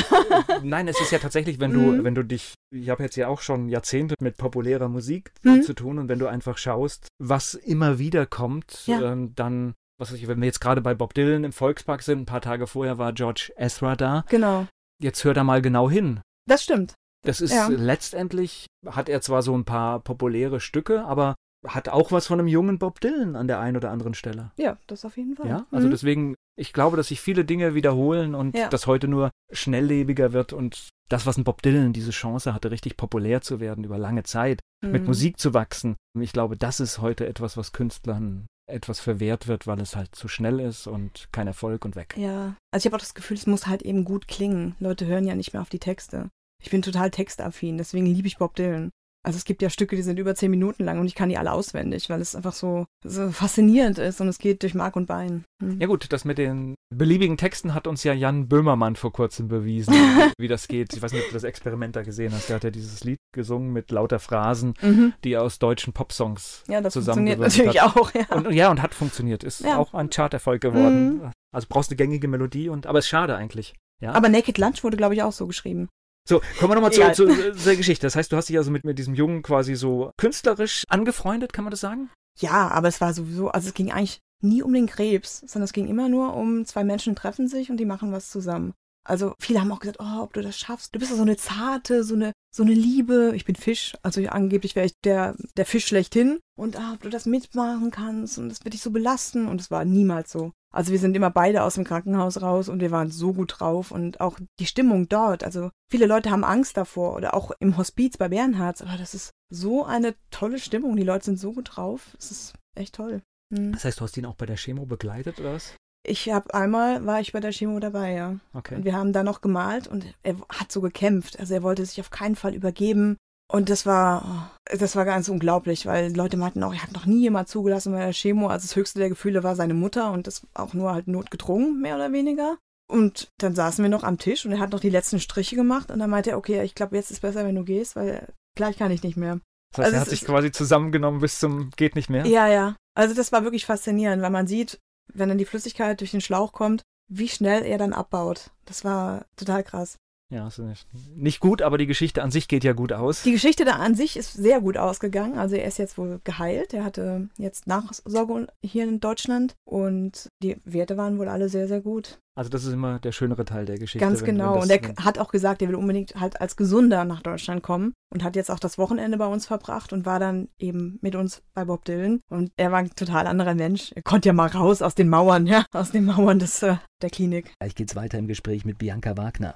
S2: Nein, es ist ja tatsächlich, wenn du,
S3: Mhm.
S2: wenn du dich, ich habe jetzt ja auch schon Jahrzehnte mit populärer Musik
S3: Mhm.
S2: zu tun und wenn du einfach schaust, was immer wieder kommt,
S3: Ja.
S2: ähm, dann, was weiß ich, wenn wir jetzt gerade bei Bob Dylan im Volkspark sind, ein paar Tage vorher war George Ezra da,
S3: genau.
S2: jetzt hör da mal genau hin.
S3: Das stimmt.
S2: Das ist
S3: Ja.
S2: letztendlich, hat er zwar so ein paar populäre Stücke, aber hat auch was von einem jungen Bob Dylan an der einen oder anderen Stelle.
S3: Ja, das auf jeden Fall.
S2: Ja, also
S3: Mhm.
S2: deswegen, ich glaube, dass sich viele Dinge wiederholen und
S3: Ja.
S2: das heute nur schnelllebiger wird und das, was ein Bob Dylan diese Chance hatte, richtig populär zu werden über lange Zeit, mit
S3: Mhm.
S2: Musik zu wachsen. Ich glaube, das ist heute etwas, was Künstlern etwas verwehrt wird, weil es halt zu schnell ist und kein Erfolg und weg.
S3: Ja. Also ich habe auch das Gefühl, es muss halt eben gut klingen. Leute hören ja nicht mehr auf die Texte. Ich bin total textaffin, deswegen liebe ich Bob Dylan. Also es gibt ja Stücke, die sind über zehn Minuten lang und ich kann die alle auswendig, weil es einfach so, so faszinierend ist und es geht durch Mark und Bein. Hm.
S2: Ja gut, das mit den beliebigen Texten hat uns ja Jan Böhmermann vor kurzem bewiesen, wie das geht. Ich weiß nicht, ob du das Experiment da gesehen hast. Der hat ja dieses Lied gesungen mit lauter Phrasen,
S3: Mhm.
S2: die er aus deutschen Popsongs
S3: ja das funktioniert
S2: zusammengewürfelt
S3: natürlich auch, ja.
S2: Und, und ja, und hat funktioniert. Ist
S3: Ja. Mhm.
S2: auch ein Charterfolg geworden. Also brauchst eine gängige Melodie und aber ist schade eigentlich. Ja.
S3: Aber Naked Lunch wurde, glaube ich, auch so geschrieben.
S2: so, kommen wir nochmal zu,
S3: Egal.
S2: zu, zu der Geschichte. Das heißt, du hast dich also mit, mit diesem Jungen quasi so künstlerisch angefreundet, kann man das sagen?
S3: Ja, aber es war sowieso, also es ging eigentlich nie um den Krebs, sondern es ging immer nur um zwei Menschen treffen sich und die machen was zusammen. Also viele haben auch gesagt, oh, ob du das schaffst. Du bist ja so eine zarte, so eine, so eine Liebe. Ich bin Fisch, also angeblich wäre ich der, der Fisch schlechthin. Und ah, ob du das mitmachen kannst und das wird dich so belasten. Und es war niemals so. Also wir sind immer beide aus dem Krankenhaus raus und wir waren so gut drauf und auch die Stimmung dort. Also viele Leute haben Angst davor oder auch im Hospiz bei Bernhards. Aber das ist so eine tolle Stimmung. Die Leute sind so gut drauf. Es ist echt toll. Hm.
S2: Das heißt, du hast ihn auch bei der Chemo begleitet, oder was?
S3: Ich habe einmal, war ich bei der Chemo dabei, ja. Und
S2: Okay.
S3: wir haben da noch gemalt und er hat so gekämpft. Also er wollte sich auf keinen Fall übergeben. Und das war, oh, das war ganz unglaublich, weil Leute meinten auch, er hat noch nie jemand zugelassen bei der Chemo. Also das höchste der Gefühle war seine Mutter und das auch nur halt notgedrungen, mehr oder weniger. Und dann saßen wir noch am Tisch und er hat noch die letzten Striche gemacht und dann meinte er, okay, ich glaube, jetzt ist besser, wenn du gehst, weil gleich kann ich nicht mehr.
S2: Das heißt, er
S3: also es
S2: hat sich
S3: ist-
S2: quasi zusammengenommen bis zum geht nicht mehr.
S3: Ja, ja. Also das war wirklich faszinierend, weil man sieht, wenn dann die Flüssigkeit durch den Schlauch kommt, wie schnell er dann abbaut. Das war total krass.
S2: Ja, ist nicht, nicht gut, aber die Geschichte an sich geht ja gut aus.
S3: Die Geschichte da an sich ist sehr gut ausgegangen. Also er ist jetzt wohl geheilt. Er hatte jetzt Nachsorge hier in Deutschland und die Werte waren wohl alle sehr, sehr gut.
S2: Also das ist immer der schönere Teil der Geschichte.
S3: Ganz
S2: wenn- wenn
S3: genau.
S2: das-
S3: Und er
S2: wenn-
S3: k- hat auch gesagt, er will unbedingt halt als Gesunder nach Deutschland kommen und hat jetzt auch das Wochenende bei uns verbracht und war dann eben mit uns bei Bob Dylan. Und er war ein total anderer Mensch. Er konnte ja mal raus aus den Mauern, ja, aus den Mauern des, äh, der Klinik.
S4: Gleich geht's weiter im Gespräch mit Bianca Wagner.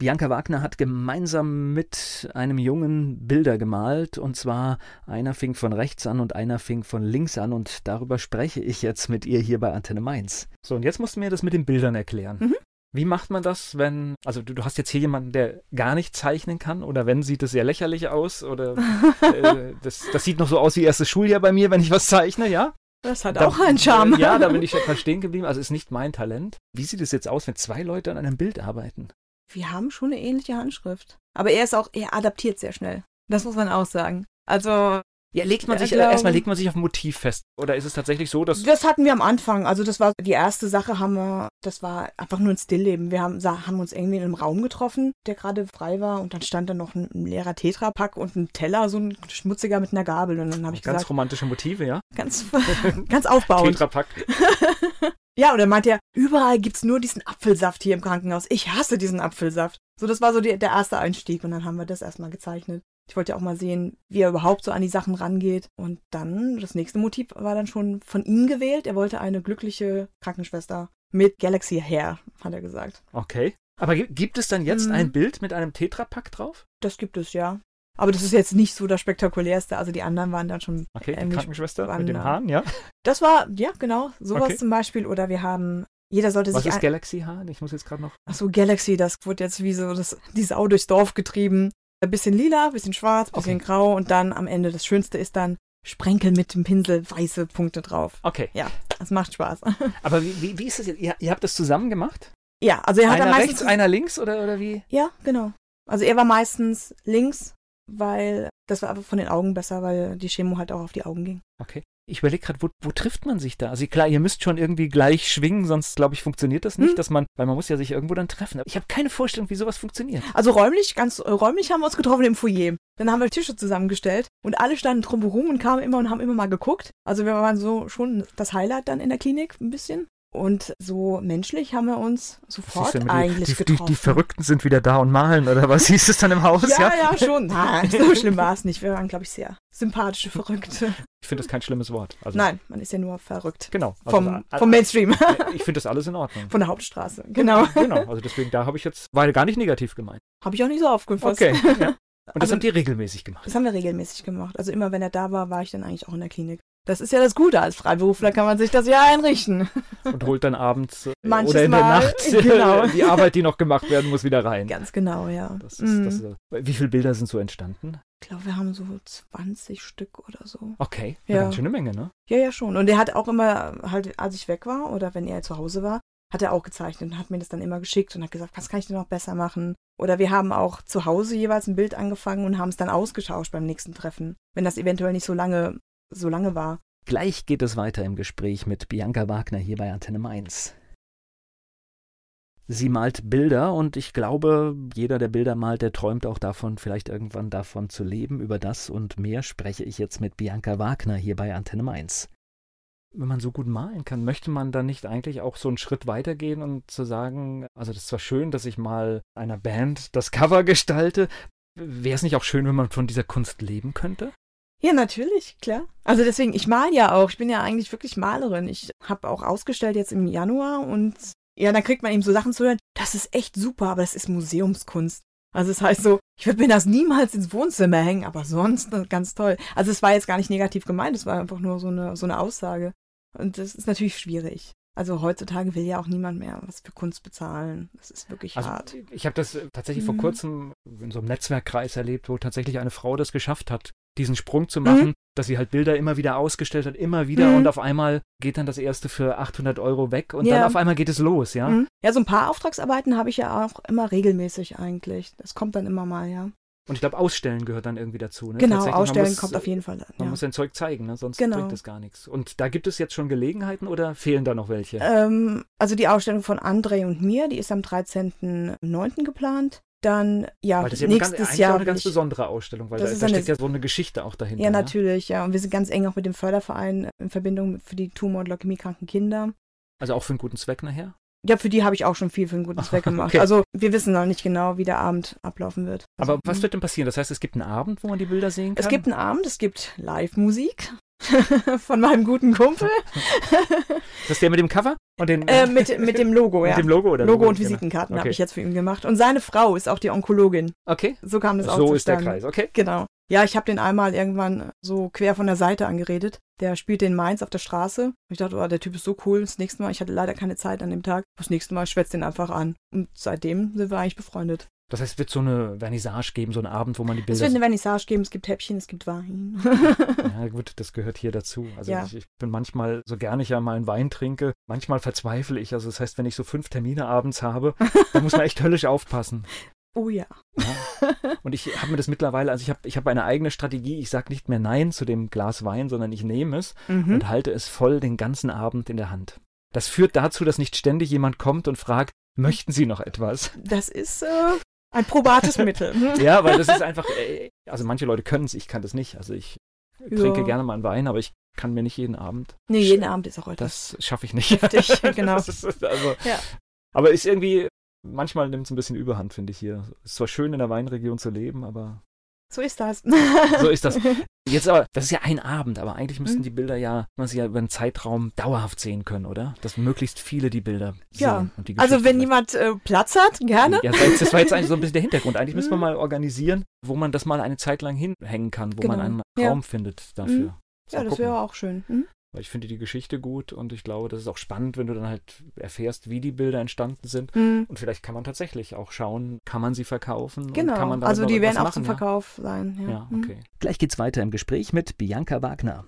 S4: Bianca Wagner hat gemeinsam mit einem Jungen Bilder gemalt und zwar einer fing von rechts an und einer fing von links an und darüber spreche ich jetzt mit ihr hier bei Antenne Mainz.
S2: So, und jetzt musst du mir das mit den Bildern erklären.
S3: Mhm.
S2: Wie macht man das, wenn, also du, du hast jetzt hier jemanden, der gar nicht zeichnen kann oder wenn, sieht es sehr lächerlich aus oder äh, das, das sieht noch so aus wie erstes Schuljahr bei mir, wenn ich was zeichne, ja?
S3: Das hat
S2: Da-
S3: auch einen Charme.
S2: Äh, Ja, da bin ich etwas stehen geblieben, also ist nicht mein Talent. Wie sieht es jetzt aus, wenn zwei Leute an einem Bild arbeiten?
S3: Wir haben schon eine ähnliche Handschrift. Aber er ist auch, er adaptiert sehr schnell. Das muss man auch sagen. Also,
S2: Ja, legt man
S3: Ja,
S2: sich,
S3: glaube-
S2: erstmal legt man sich auf ein Motiv fest. Oder ist es tatsächlich so, dass,
S3: das hatten wir am Anfang. Also, das war die erste Sache, haben wir, das war einfach nur ein Stillleben. Wir haben, sa- haben uns irgendwie in einem Raum getroffen, der gerade frei war. Und dann stand da noch ein, ein leerer Tetrapack und ein Teller, so ein schmutziger mit einer Gabel. Und dann habe ich
S2: ganz
S3: gesagt,
S2: romantische Motive, ja?
S3: ganz, ganz aufbauend.
S2: Tetrapack.
S3: ja, und dann meinte er, überall gibt's nur diesen Apfelsaft hier im Krankenhaus. Ich hasse diesen Apfelsaft. So, das war so die, der erste Einstieg und dann haben wir das erstmal gezeichnet. Ich wollte ja auch mal sehen, wie er überhaupt so an die Sachen rangeht. Und dann, das nächste Motiv war dann schon von ihm gewählt. Er wollte eine glückliche Krankenschwester mit Galaxy Hair, hat er gesagt.
S2: Okay. Aber gi- gibt es dann jetzt
S3: Mhm.
S2: ein Bild mit einem Tetrapack drauf?
S3: Das gibt es ja. Aber das ist jetzt nicht so das Spektakulärste. Also die anderen waren dann schon
S2: Okay, die
S3: Ähnlich
S2: Krankenschwester mit
S3: wandern.
S2: dem Hahn, ja?
S3: Das war, ja, genau, sowas
S2: Okay.
S3: zum Beispiel. Oder wir haben, jeder sollte
S2: Was
S3: sich
S2: ist Galaxy Hahn? Ich muss jetzt gerade noch.
S3: Ach so, Galaxy, das wurde jetzt wie so das, die Sau durchs Dorf getrieben. Ein bisschen lila, bisschen schwarz, bisschen
S2: Okay.
S3: grau und dann am Ende das Schönste ist dann Sprenkel mit dem Pinsel weiße Punkte drauf.
S2: Okay.
S3: Das macht Spaß.
S2: Aber wie, wie, wie ist das jetzt? Ihr, ihr habt das zusammen gemacht?
S3: Ja, also er hat am
S2: einer
S3: meisten
S2: rechts, einer links oder, oder wie?
S3: Ja, genau. Also er war meistens links, weil das war einfach von den Augen besser, weil die Chemo halt auch auf die Augen ging.
S2: Ich überlege gerade, wo, wo trifft man sich da? Also klar, ihr müsst schon irgendwie gleich schwingen, sonst glaube ich, funktioniert das nicht,
S3: Hm.
S2: dass man, weil man muss ja sich irgendwo dann treffen. Aber ich habe keine Vorstellung, wie sowas funktioniert.
S3: Also räumlich, ganz äh, räumlich haben wir uns getroffen im Foyer. Dann haben wir Tische zusammengestellt und alle standen drumherum und kamen immer und haben immer mal geguckt. Also wir waren so schon das Highlight dann in der Klinik ein bisschen. Und so menschlich haben wir uns sofort eigentlich getroffen.
S2: Verrückten sind wieder da und malen, oder was hieß es dann im Haus?
S3: ja, ja, schon. Nein, so schlimm war es nicht. Wir waren, glaube ich, sehr sympathische Verrückte.
S2: Ich finde das kein schlimmes Wort. Also,
S3: Nein, man ist ja nur verrückt.
S2: Genau. Also
S3: Vom,
S2: da-
S3: vom Mainstream,
S2: ich finde das alles in Ordnung.
S3: von der Hauptstraße. Genau.
S2: Genau, also deswegen, da habe ich jetzt, war gar nicht negativ gemeint.
S3: Habe ich auch nicht so aufgefasst.
S2: Okay. Ja. Und das
S3: Also-
S2: habt ihr regelmäßig gemacht.
S3: Das haben wir regelmäßig gemacht. Also immer, wenn er da war, war ich dann eigentlich auch in der Klinik. Das ist ja das Gute, als Freiberufler kann man sich das ja einrichten.
S2: Und holt dann abends äh,
S3: Manches
S2: oder in der
S3: Mal,
S2: Nacht
S3: genau.
S2: die Arbeit, die noch gemacht werden muss, wieder rein.
S3: Ganz genau, ja.
S2: Das ist, das
S3: Mm.
S2: ist, äh, wie viele Bilder sind so entstanden?
S3: ich glaube, wir haben so 20 Stück oder so.
S2: Okay,
S3: Ja.
S2: eine ganz schöne Menge, ne?
S3: Ja, ja, schon. Und er hat auch immer, halt, als ich weg war oder wenn er zu Hause war, hat er auch gezeichnet und hat mir das dann immer geschickt und hat gesagt, was kann ich denn noch besser machen? Oder wir haben auch zu Hause jeweils ein Bild angefangen und haben es dann ausgetauscht beim nächsten Treffen, wenn das eventuell nicht so lange, so lange war.
S4: Gleich geht es weiter im Gespräch mit Bianca Wagner hier bei Antenne Mainz. Sie malt Bilder und ich glaube, jeder, der Bilder malt, der träumt auch davon, vielleicht irgendwann davon zu leben. Über das und mehr spreche ich jetzt mit Bianca Wagner hier bei Antenne Mainz.
S2: Wenn man so gut malen kann, möchte man dann nicht eigentlich auch so einen Schritt weitergehen und zu sagen, also das ist zwar schön, dass ich mal einer Band das Cover gestalte, wäre es nicht auch schön, wenn man von dieser Kunst leben könnte?
S3: Ja, natürlich, klar. Also deswegen, ich mal ja auch. Ich bin ja eigentlich wirklich Malerin. Ich habe auch ausgestellt jetzt im Januar und ja, dann kriegt man eben so Sachen zu hören. Das ist echt super, aber das ist Museumskunst. Also das heißt so, ich würde mir das niemals ins Wohnzimmer hängen, aber sonst äh, ganz toll. Also es war jetzt gar nicht negativ gemeint, es war einfach nur so eine, so eine Aussage. Und das ist natürlich schwierig. Also heutzutage will ja auch niemand mehr was für Kunst bezahlen. Das ist wirklich
S2: Also
S3: hart.
S2: ich habe das äh, tatsächlich vor
S3: Mhm.
S2: kurzem in so einem Netzwerkkreis erlebt, wo tatsächlich eine Frau das geschafft hat, diesen Sprung zu machen, dass sie halt Bilder immer wieder ausgestellt hat, immer wieder
S3: Mhm.
S2: und auf einmal geht dann das erste für 800 Euro weg und
S3: Ja.
S2: dann auf einmal geht es los, ja?
S3: Mhm. Ja, so ein paar Auftragsarbeiten habe ich ja auch immer regelmäßig eigentlich. Das kommt dann immer mal, ja.
S2: Und ich glaube, Ausstellen gehört dann irgendwie dazu. Ne?
S3: Genau,
S2: Tatsächlich, man
S3: Ausstellen
S2: muss,
S3: kommt auf jeden Fall an.
S2: Man
S3: Ja.
S2: muss sein Zeug zeigen, ne? sonst
S3: Genau.
S2: bringt es gar nichts. Und da gibt es jetzt schon Gelegenheiten oder fehlen da noch welche?
S3: Ähm, also die Ausstellung von André und mir, die ist am 13.09. geplant. Dann, ja,
S2: weil das ist ja eine ganz,
S3: nächstes
S2: eigentlich
S3: Jahr.
S2: auch eine ganz
S3: will ich-
S2: besondere Ausstellung, weil
S3: Das
S2: da,
S3: ist
S2: da
S3: eine-
S2: steckt ja so eine Geschichte auch dahinter. ne?
S3: Ja, natürlich, ja. Und wir sind ganz eng auch mit dem Förderverein in Verbindung mit- für die Tumor- und Leukämiekranken Kinder.
S2: Also auch für einen guten Zweck nachher.
S3: Ja, für die habe ich auch schon viel für einen guten Zweck gemacht.
S2: Okay.
S3: Also wir wissen noch nicht genau, wie der Abend ablaufen wird.
S2: Aber
S3: also,
S2: was
S3: mh.
S2: wird denn passieren? Das heißt, es gibt einen Abend, wo man die Bilder sehen kann?
S3: Es gibt einen Abend, es gibt Live-Musik von meinem guten Kumpel
S2: Das ist der mit dem Cover und den
S3: äh, mit, mit dem Logo,
S2: mit
S3: ja.
S2: dem Logo oder
S3: Logo und
S2: genau.
S3: Visitenkarten
S2: Okay.
S3: habe ich jetzt für ihn gemacht. Und seine Frau ist auch die Onkologin.
S2: genau. Okay.
S3: So kam das auch
S2: So ist der
S3: zustande.
S2: Kreis, okay.
S3: Genau. Ja, ich habe den einmal irgendwann so quer von der Seite angeredet. Der spielte in Mainz auf der Straße. Und ich dachte, oh, der Typ ist so cool. Das nächste Mal, ich hatte leider keine Zeit an dem Tag. Das nächste Mal schwätzt den einfach an. Und seitdem sind wir eigentlich befreundet.
S2: Das heißt, es wird so eine Vernissage geben, so einen Abend, wo man die
S3: es
S2: Bilder
S3: wird eine Vernissage geben, es gibt Häppchen, es gibt Wein.
S2: Ja, gut, das gehört hier dazu. Also
S3: Ja.
S2: ich, ich bin manchmal, so gerne ich ja mal einen Wein trinke, manchmal verzweifle ich. Also das heißt, wenn ich so fünf Termine abends habe, dann muss man echt höllisch aufpassen.
S3: oh ja.
S2: Ja. Und ich habe mir das mittlerweile, also ich habe ich hab eine eigene Strategie. Ich sage nicht mehr Nein zu dem Glas Wein, sondern ich nehme es
S3: Mhm.
S2: und halte es voll den ganzen Abend in der Hand. Das führt dazu, dass nicht ständig jemand kommt und fragt, möchten Sie noch etwas?
S3: Das ist äh, ein probates Mittel.
S2: Ja, weil das ist einfach, äh, also manche Leute können es, ich kann das nicht. Also ich trinke
S3: Ja.
S2: gerne mal einen Wein, aber ich kann mir nicht jeden Abend
S3: Nee, jeden Abend ist auch heute.
S2: Das schaffe ich nicht.
S3: Heftig, genau.
S2: Das ist, also,
S3: Ja.
S2: Aber ist irgendwie, manchmal nimmt es ein bisschen Überhand, finde ich hier. Ist zwar schön, in der Weinregion zu leben, aber
S3: So ist das.
S2: so ist das. Jetzt aber, das ist ja ein Abend, aber eigentlich müssten
S3: Mhm.
S2: die Bilder ja, man sie ja über einen Zeitraum dauerhaft sehen können, oder? Dass möglichst viele die Bilder
S3: Ja.
S2: sehen. Und die
S3: Also
S2: Geschichte
S3: wenn
S2: vielleicht.
S3: jemand äh, Platz hat, gerne.
S2: Ja, das war jetzt- das war jetzt eigentlich so ein bisschen der Hintergrund. Eigentlich müssen wir
S3: Mhm.
S2: mal organisieren, wo man das mal eine Zeit lang hinhängen kann, wo man
S3: Genau.
S2: einen
S3: Ja. Mhm.
S2: Raum findet dafür.
S3: Ja,
S2: Mal
S3: das
S2: gucken.
S3: wäre auch schön. Mhm.
S2: Weil ich finde die Geschichte gut und ich glaube, das ist auch spannend, wenn du dann halt erfährst, wie die Bilder entstanden sind.
S3: Mhm.
S2: Und vielleicht kann man tatsächlich auch schauen, kann man sie verkaufen?
S3: Genau.
S2: Und kann man damit
S3: also
S2: noch
S3: die
S2: irgendwas
S3: werden auch
S2: machen,
S3: zum Verkauf sein.
S2: Ja,
S3: Ja,
S2: ja
S3: Mhm.
S2: okay.
S5: Gleich geht's weiter im Gespräch mit Bianca Wagner.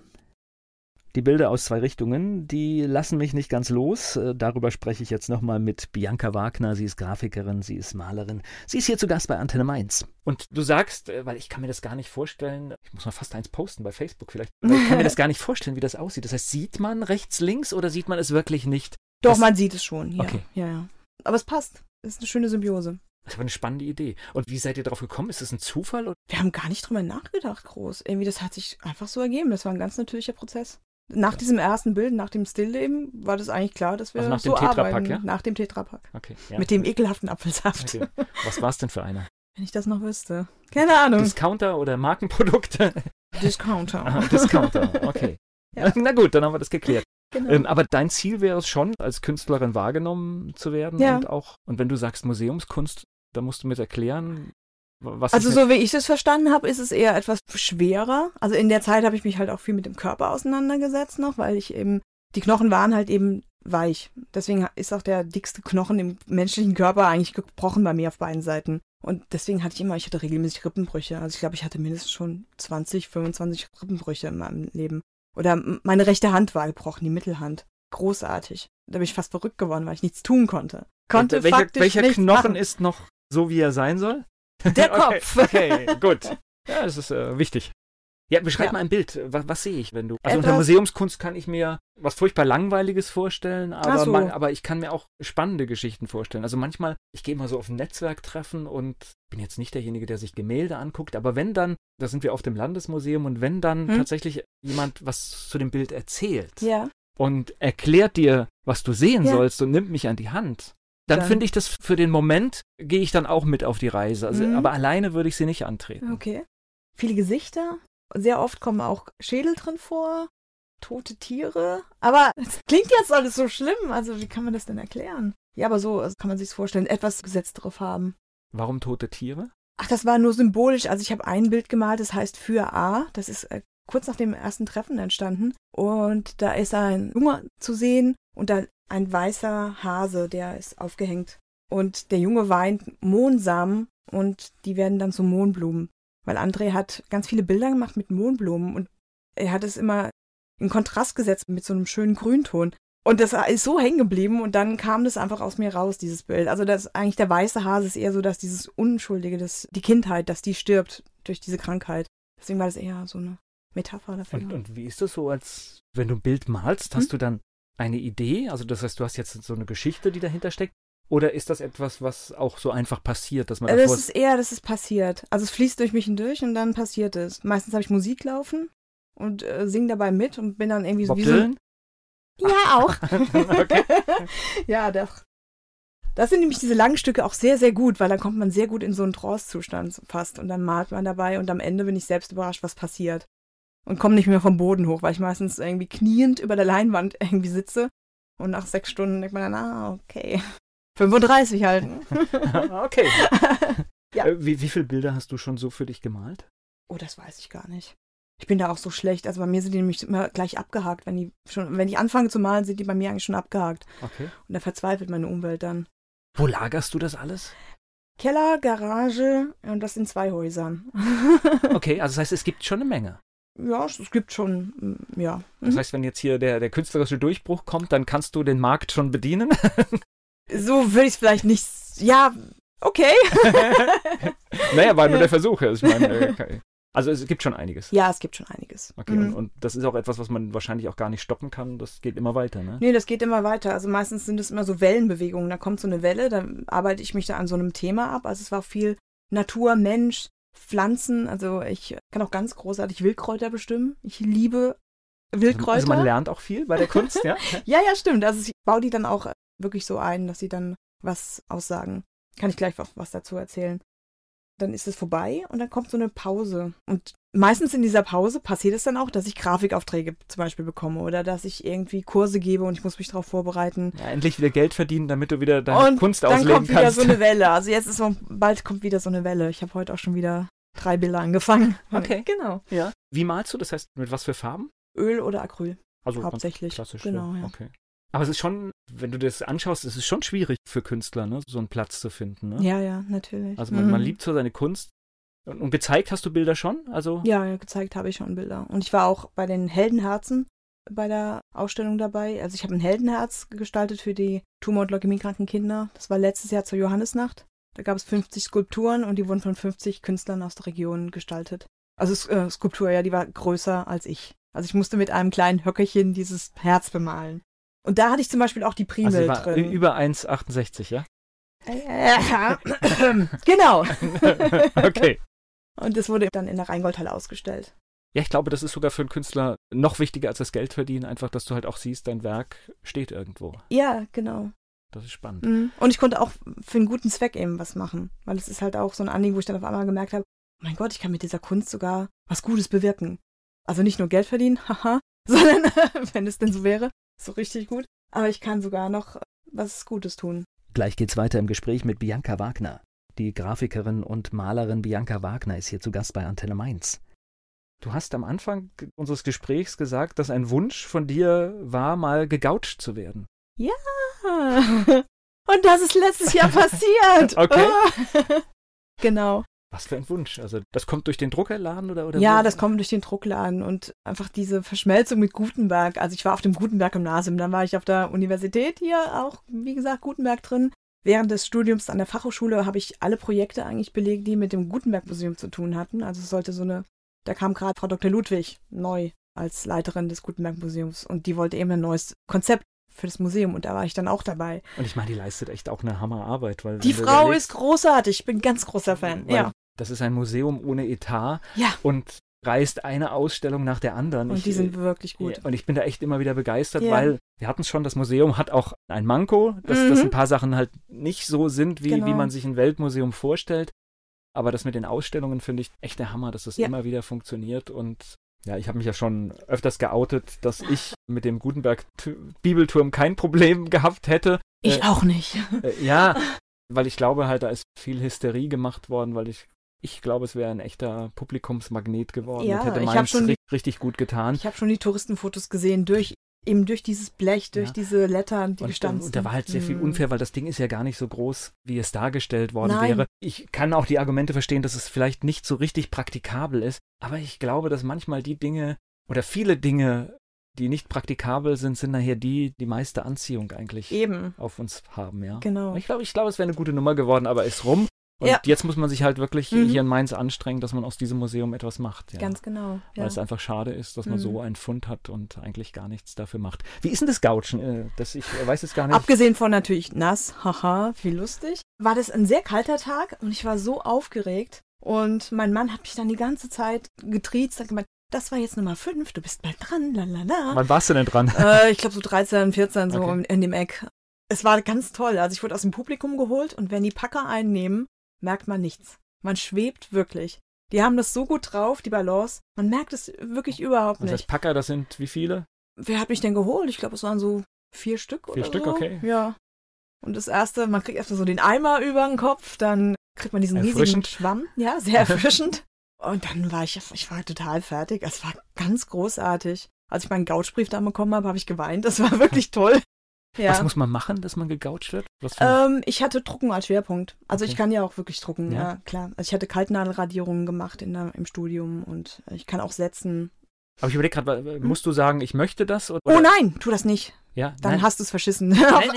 S5: Die Bilder aus zwei Richtungen, die lassen mich nicht ganz los. Äh, Darüber spreche ich jetzt nochmal mit Bianca Wagner. Sie ist Grafikerin, sie ist Malerin. Sie ist hier zu Gast bei Antenne Mainz.
S2: Und du sagst, äh, weil ich kann mir das gar nicht vorstellen, ich muss mal fast eins posten bei Facebook vielleicht, weil ich kann mir das gar nicht vorstellen, wie das aussieht. Das heißt, sieht man rechts, links oder sieht man es wirklich nicht?
S3: Doch,
S2: Das-
S3: man sieht es schon. Ja.
S2: Okay.
S3: ja, ja. Aber es passt. Es ist eine schöne Symbiose.
S2: Das ist aber eine spannende Idee. Und wie seid ihr drauf gekommen? Ist das ein Zufall? oder-
S3: Wir haben gar nicht drüber nachgedacht, groß. Irgendwie, das hat sich einfach so ergeben. Das war ein ganz natürlicher Prozess. Nach diesem ersten Bild, nach dem Stillleben, war das eigentlich klar, dass wir
S2: Also nach dem
S3: so
S2: Tetrapack,
S3: arbeiten.
S2: ja?
S3: Nach dem Tetrapack.
S2: Okay, ja.
S3: Mit dem ekelhaften Apfelsaft.
S2: okay. Was war es denn für einer?
S3: Wenn ich das noch wüsste. Keine Ahnung.
S2: Discounter oder Markenprodukte?
S3: Discounter.
S2: Aha, Discounter, okay.
S3: Ja.
S2: Na gut, dann haben wir das geklärt.
S3: Genau.
S2: Ähm, aber dein Ziel wäre es schon, als Künstlerin wahrgenommen zu werden
S3: Ja.
S2: und auch, und wenn du sagst Museumskunst, dann musst du mir erklären, wa- was
S3: Also
S2: ist mit,
S3: so wie ich das verstanden habe, ist es eher etwas schwerer. Also in der Zeit habe ich mich halt auch viel mit dem Körper auseinandergesetzt noch, weil ich eben, die Knochen waren halt eben weich. Deswegen ist auch der dickste Knochen im menschlichen Körper eigentlich gebrochen bei mir auf beiden Seiten. Und deswegen hatte ich immer, ich hatte regelmäßig Rippenbrüche. Also ich glaube, ich hatte mindestens schon 20, 25 Rippenbrüche in meinem Leben. Oder m- meine rechte Hand war gebrochen, die Mittelhand. Großartig. Da bin ich fast verrückt geworden, weil ich nichts tun konnte. Konnte
S2: welcher,
S3: faktisch
S2: welcher
S3: nichts
S2: Knochen
S3: machen.
S2: ist noch so, wie er sein soll?
S3: Der
S2: okay,
S3: Kopf.
S2: Okay, gut. Ja, das ist äh, wichtig. Ja, beschreib
S3: Ja.
S2: mal ein Bild. Was, was sehe ich, wenn du. Also unter
S3: Etwas-
S2: Museumskunst kann ich mir was furchtbar Langweiliges vorstellen, aber,
S3: Ach so.
S2: man, aber ich kann mir auch spannende Geschichten vorstellen. Also manchmal, ich gehe mal so auf ein Netzwerktreffen und bin jetzt nicht derjenige, der sich Gemälde anguckt, aber wenn dann, da sind wir auf dem Landesmuseum und wenn dann
S3: Hm?
S2: tatsächlich jemand was zu dem Bild erzählt
S3: Ja.
S2: und erklärt dir, was du sehen
S3: Ja.
S2: sollst und nimmt mich an die Hand, dann,
S3: Dann-
S2: finde ich das für den Moment, gehe ich dann auch mit auf die Reise. Also,
S3: Mhm.
S2: Aber alleine würde ich sie nicht antreten.
S3: Okay. Viele Gesichter. Sehr oft kommen auch Schädel drin vor, tote Tiere. Aber es klingt jetzt alles so schlimm. Also wie kann man das denn erklären? Ja, aber so also kann man sich vorstellen. Etwas gesetztere Farben.
S2: Warum tote Tiere?
S3: Ach, das war nur symbolisch. Also ich habe ein Bild gemalt, das heißt für A. Das ist äh, kurz nach dem ersten Treffen entstanden. Und da ist ein Junge zu sehen und dann ein weißer Hase, der ist aufgehängt. Und der Junge weint Mohnsamen und die werden dann zu Mohnblumen. Weil André hat ganz viele Bilder gemacht mit Mohnblumen und er hat es immer in Kontrast gesetzt mit so einem schönen Grünton. Und das ist so hängen geblieben und dann kam das einfach aus mir raus, dieses Bild. Also das eigentlich der weiße Hase ist eher so, dass dieses Unschuldige, dass die Kindheit, dass die stirbt durch diese Krankheit. Deswegen war das eher so eine Metapher dafür.
S2: Und, und wie ist das so, als wenn du ein Bild malst,
S3: Mhm.
S2: hast hm? du dann eine Idee? Also das heißt, du hast jetzt so eine Geschichte, die dahinter steckt. Oder ist das etwas, was auch so einfach passiert, dass man
S3: davor... Also, Das ist eher, dass es passiert. Also es fließt durch mich hindurch und dann passiert es. Meistens habe ich Musik laufen und äh, singe dabei mit und bin dann irgendwie
S2: Bob
S3: so...
S2: Dylan?
S3: So ja, auch.
S2: okay.
S3: ja, doch. Das sind nämlich diese langen Stücke auch sehr, sehr gut, weil dann kommt man sehr gut in so einen Trance-Zustand fast und dann malt man dabei und am Ende bin ich selbst überrascht, was passiert. Und komme nicht mehr vom Boden hoch, weil ich meistens irgendwie kniend über der Leinwand irgendwie sitze und nach sechs Stunden denkt man dann, ah, okay. 35 halt.
S2: okay. ja. Äh, wie, wie viele Bilder hast du schon so für dich gemalt?
S3: Oh, das weiß ich gar nicht. Ich bin da auch so schlecht. Also bei mir sind die nämlich immer gleich abgehakt. Wenn, die schon, wenn ich anfange zu malen, sind die bei mir eigentlich schon abgehakt.
S2: Okay.
S3: Und da verzweifelt meine Umwelt dann.
S2: Wo lagerst du das alles?
S3: Keller, Garage und das in zwei Häusern.
S2: okay, also das heißt, es gibt schon eine Menge.
S3: Ja, es gibt schon, mm, ja.
S2: Das heißt, wenn jetzt hier der, der künstlerische Durchbruch kommt, dann kannst du den Markt schon bedienen?
S3: so würde ich es vielleicht nicht. Ja, okay.
S2: naja, war nur der Versuch. Ich meine, also es gibt schon einiges.
S3: Ja, es gibt schon einiges.
S2: Okay, mhm. und, und, das ist auch etwas, was man wahrscheinlich auch gar nicht stoppen kann. Das geht immer weiter, ne?
S3: Nee, das geht immer weiter. Also meistens sind es immer so Wellenbewegungen. Da kommt so eine Welle, dann arbeite ich mich da an so einem Thema ab. Also es war viel Natur, Mensch, Pflanzen. Also ich kann auch ganz großartig Wildkräuter bestimmen. Ich liebe Wildkräuter. Also
S2: man lernt auch viel bei der Kunst, ja?
S3: ja, ja, stimmt. Also ich baue die dann auch wirklich so ein, dass sie dann was aussagen. Kann ich gleich was, was dazu erzählen. Dann ist es vorbei und dann kommt so eine Pause. Und meistens in dieser Pause passiert es dann auch, dass ich Grafikaufträge zum Beispiel bekomme oder dass ich irgendwie Kurse gebe und ich muss mich darauf vorbereiten.
S2: Ja, endlich wieder Geld verdienen, damit du wieder deine
S3: und
S2: Kunst
S3: dann
S2: ausleben
S3: kommt wieder
S2: kannst.
S3: so eine Welle. Also jetzt ist so, bald kommt wieder so eine Welle. Ich habe heute auch schon wieder drei Bilder angefangen.
S2: Okay,
S3: genau.
S2: Ja. Wie malst du? Das heißt, mit was für Farben?
S3: Öl oder Acryl.
S2: Also
S3: hauptsächlich.
S2: Klassisch.
S3: Genau, ja.
S2: Okay. Aber es ist schon, wenn du das anschaust, es ist schon schwierig für Künstler, ne, so einen Platz zu finden. Ne?
S3: Ja, ja, natürlich.
S2: Also man, mhm. man liebt so seine Kunst. Und, und, gezeigt hast du Bilder schon? Also
S3: ja, gezeigt habe ich schon Bilder. Und ich war auch bei den Heldenherzen bei der Ausstellung dabei. Also ich habe ein Heldenherz gestaltet für die Tumor- und Leukämiekranken Kinder. Das war letztes Jahr zur Johannesnacht. Da gab es 50 Skulpturen und die wurden von 50 Künstlern aus der Region gestaltet. Also äh, Skulptur, ja, die war größer als ich. Also ich musste mit einem kleinen Höckerchen dieses Herz bemalen. Und da hatte ich zum Beispiel auch die
S2: also
S3: Primel war drin.
S2: Über 1,68, ja?
S3: genau.
S2: okay.
S3: Und das wurde dann in der Rheingoldhalle ausgestellt.
S2: Ja, ich glaube, das ist sogar für einen Künstler noch wichtiger als das Geld verdienen, einfach, dass du halt auch siehst, dein Werk steht irgendwo.
S3: Ja, genau.
S2: Das ist spannend.
S3: Mhm. Und ich konnte auch für einen guten Zweck eben was machen, weil es ist halt auch so ein Anliegen, wo ich dann auf einmal gemerkt habe, oh mein Gott, ich kann mit dieser Kunst sogar was Gutes bewirken. Also nicht nur Geld verdienen, haha, sondern wenn es denn so wäre, so richtig gut. Aber ich kann sogar noch was Gutes tun.
S4: Gleich geht's weiter im Gespräch mit Bianca Wagner. Die Grafikerin und Malerin Bianca Wagner ist hier zu Gast bei Antenne Mainz.
S2: Du hast am Anfang unseres Gesprächs gesagt, dass ein Wunsch von dir war, mal gegoucht zu werden.
S3: Ja. Ah. Und das ist letztes Jahr passiert.
S2: okay.
S3: genau.
S2: Was für ein Wunsch. Also das kommt durch den Druckerladen oder, oder
S3: Ja,
S2: wo?
S3: das kommt durch den Druckladen und einfach diese Verschmelzung mit Gutenberg. Also ich war auf dem Gutenberg-Gymnasium, dann war ich auf der Universität hier auch, wie gesagt, Gutenberg drin. Während des Studiums an der Fachhochschule habe ich alle Projekte eigentlich belegt, die mit dem Gutenberg-Museum zu tun hatten. Also es sollte so eine, da kam gerade Frau Dr. Ludwig neu als Leiterin des Gutenberg-Museums und die wollte eben ein neues Konzept für das Museum und da war ich dann auch dabei.
S2: Und ich meine, die leistet echt auch eine Hammerarbeit, weil
S3: die Frau überlegst, ist großartig. Ich bin ein ganz großer Fan.
S2: Weil,
S3: ja.
S2: Das ist ein Museum ohne Etat
S3: Ja.
S2: und reißt eine Ausstellung nach der anderen.
S3: Und ich, die sind wirklich gut.
S2: Und ich bin da echt immer wieder begeistert, ja. weil wir hatten es schon, das Museum hat auch ein Manko, dass, mhm. dass ein paar Sachen halt nicht so sind, wie,
S3: genau.
S2: wie man sich ein Weltmuseum vorstellt. Aber das mit den Ausstellungen finde ich echt der Hammer, dass das
S3: Ja.
S2: immer wieder funktioniert und ja, ich habe mich ja schon öfters geoutet, dass ich mit dem Gutenberg-Bibelturm kein Problem gehabt hätte.
S3: Ich auch nicht.
S2: Äh, ja, weil ich glaube halt, da ist viel Hysterie gemacht worden, weil ich Ich glaube, es wäre ein echter Publikumsmagnet geworden
S3: Ja,
S2: und hätte
S3: ich hab
S2: Mainz
S3: schon
S2: ri richtig gut getan.
S3: Ich habe schon die Touristenfotos gesehen, durch eben durch dieses Blech, durch
S2: Ja.
S3: diese Lettern, die
S2: Und,
S3: gestanzt
S2: und da war halt sehr viel
S3: Hm.
S2: unfair, weil das Ding ist ja gar nicht so groß, wie es dargestellt worden
S3: Nein.
S2: wäre. Ich kann auch die Argumente verstehen, dass es vielleicht nicht so richtig praktikabel ist, aber ich glaube, dass manchmal die Dinge oder viele Dinge, die nicht praktikabel sind, sind nachher die, die meiste Anziehung eigentlich
S3: Mhm. Eben,
S2: auf uns haben, ja.
S3: genau.
S2: Ich glaube, ich glaube, es wäre eine gute Nummer geworden, aber ist rum. Und
S3: Ja.
S2: jetzt muss man sich halt wirklich
S3: Mhm.
S2: hier in Mainz anstrengen, dass man aus diesem Museum etwas macht. Ja.
S3: Ganz genau.
S2: Weil
S3: Ja.
S2: es einfach schade ist, dass man
S3: Mhm.
S2: so einen Fund hat und eigentlich gar nichts dafür macht. Wie ist denn das Gauchen? Äh, Das ich äh, weiß es gar nicht.
S3: Abgesehen von natürlich nass, haha, wie lustig, war das ein sehr kalter Tag und ich war so aufgeregt. Und mein Mann hat mich dann die ganze Zeit getriezt, hat gemeint, das war jetzt Nummer 5, du bist bald dran, la la la.
S2: Wann warst du denn dran?
S3: äh, ich glaube so 13, 14, so um,
S2: Okay.
S3: in, in dem Eck. Es war ganz toll. Also ich wurde aus dem Publikum geholt und wenn die Packer einnehmen, merkt man nichts. Man schwebt wirklich. Die haben das so gut drauf, die Balance. Man merkt es wirklich überhaupt
S2: Das heißt,
S3: nicht.
S2: Packer, das sind wie viele?
S3: Wer hat mich denn geholt? Ich glaube, es waren so vier Stück oder
S2: Vier Stück,
S3: so.
S2: okay.
S3: Ja. Und das erste, man kriegt erstmal so den Eimer über den Kopf, dann kriegt man diesen riesigen
S2: Erfrischend.
S3: Schwamm. Ja, sehr erfrischend. Und dann war ich, ich war total fertig. Es war ganz großartig. Als ich meinen Gouchbrief dann bekommen habe, habe ich geweint. Das war wirklich toll.
S2: Was
S3: Ja.
S2: muss man machen, dass man gegoucht wird? Was für
S3: Ähm, ich hatte Drucken als Schwerpunkt. Also
S2: Okay.
S3: ich kann ja auch wirklich drucken, ja,
S2: Ja.
S3: klar. Also ich hatte Kaltnadelradierungen gemacht in der, im Studium und ich kann auch setzen.
S2: Aber ich überlege gerade, musst du sagen, ich möchte das? Oder,
S3: hm. oh nein, tu das nicht.
S2: Ja,
S3: Dann
S2: nein.
S3: hast du es verschissen.
S2: Nein,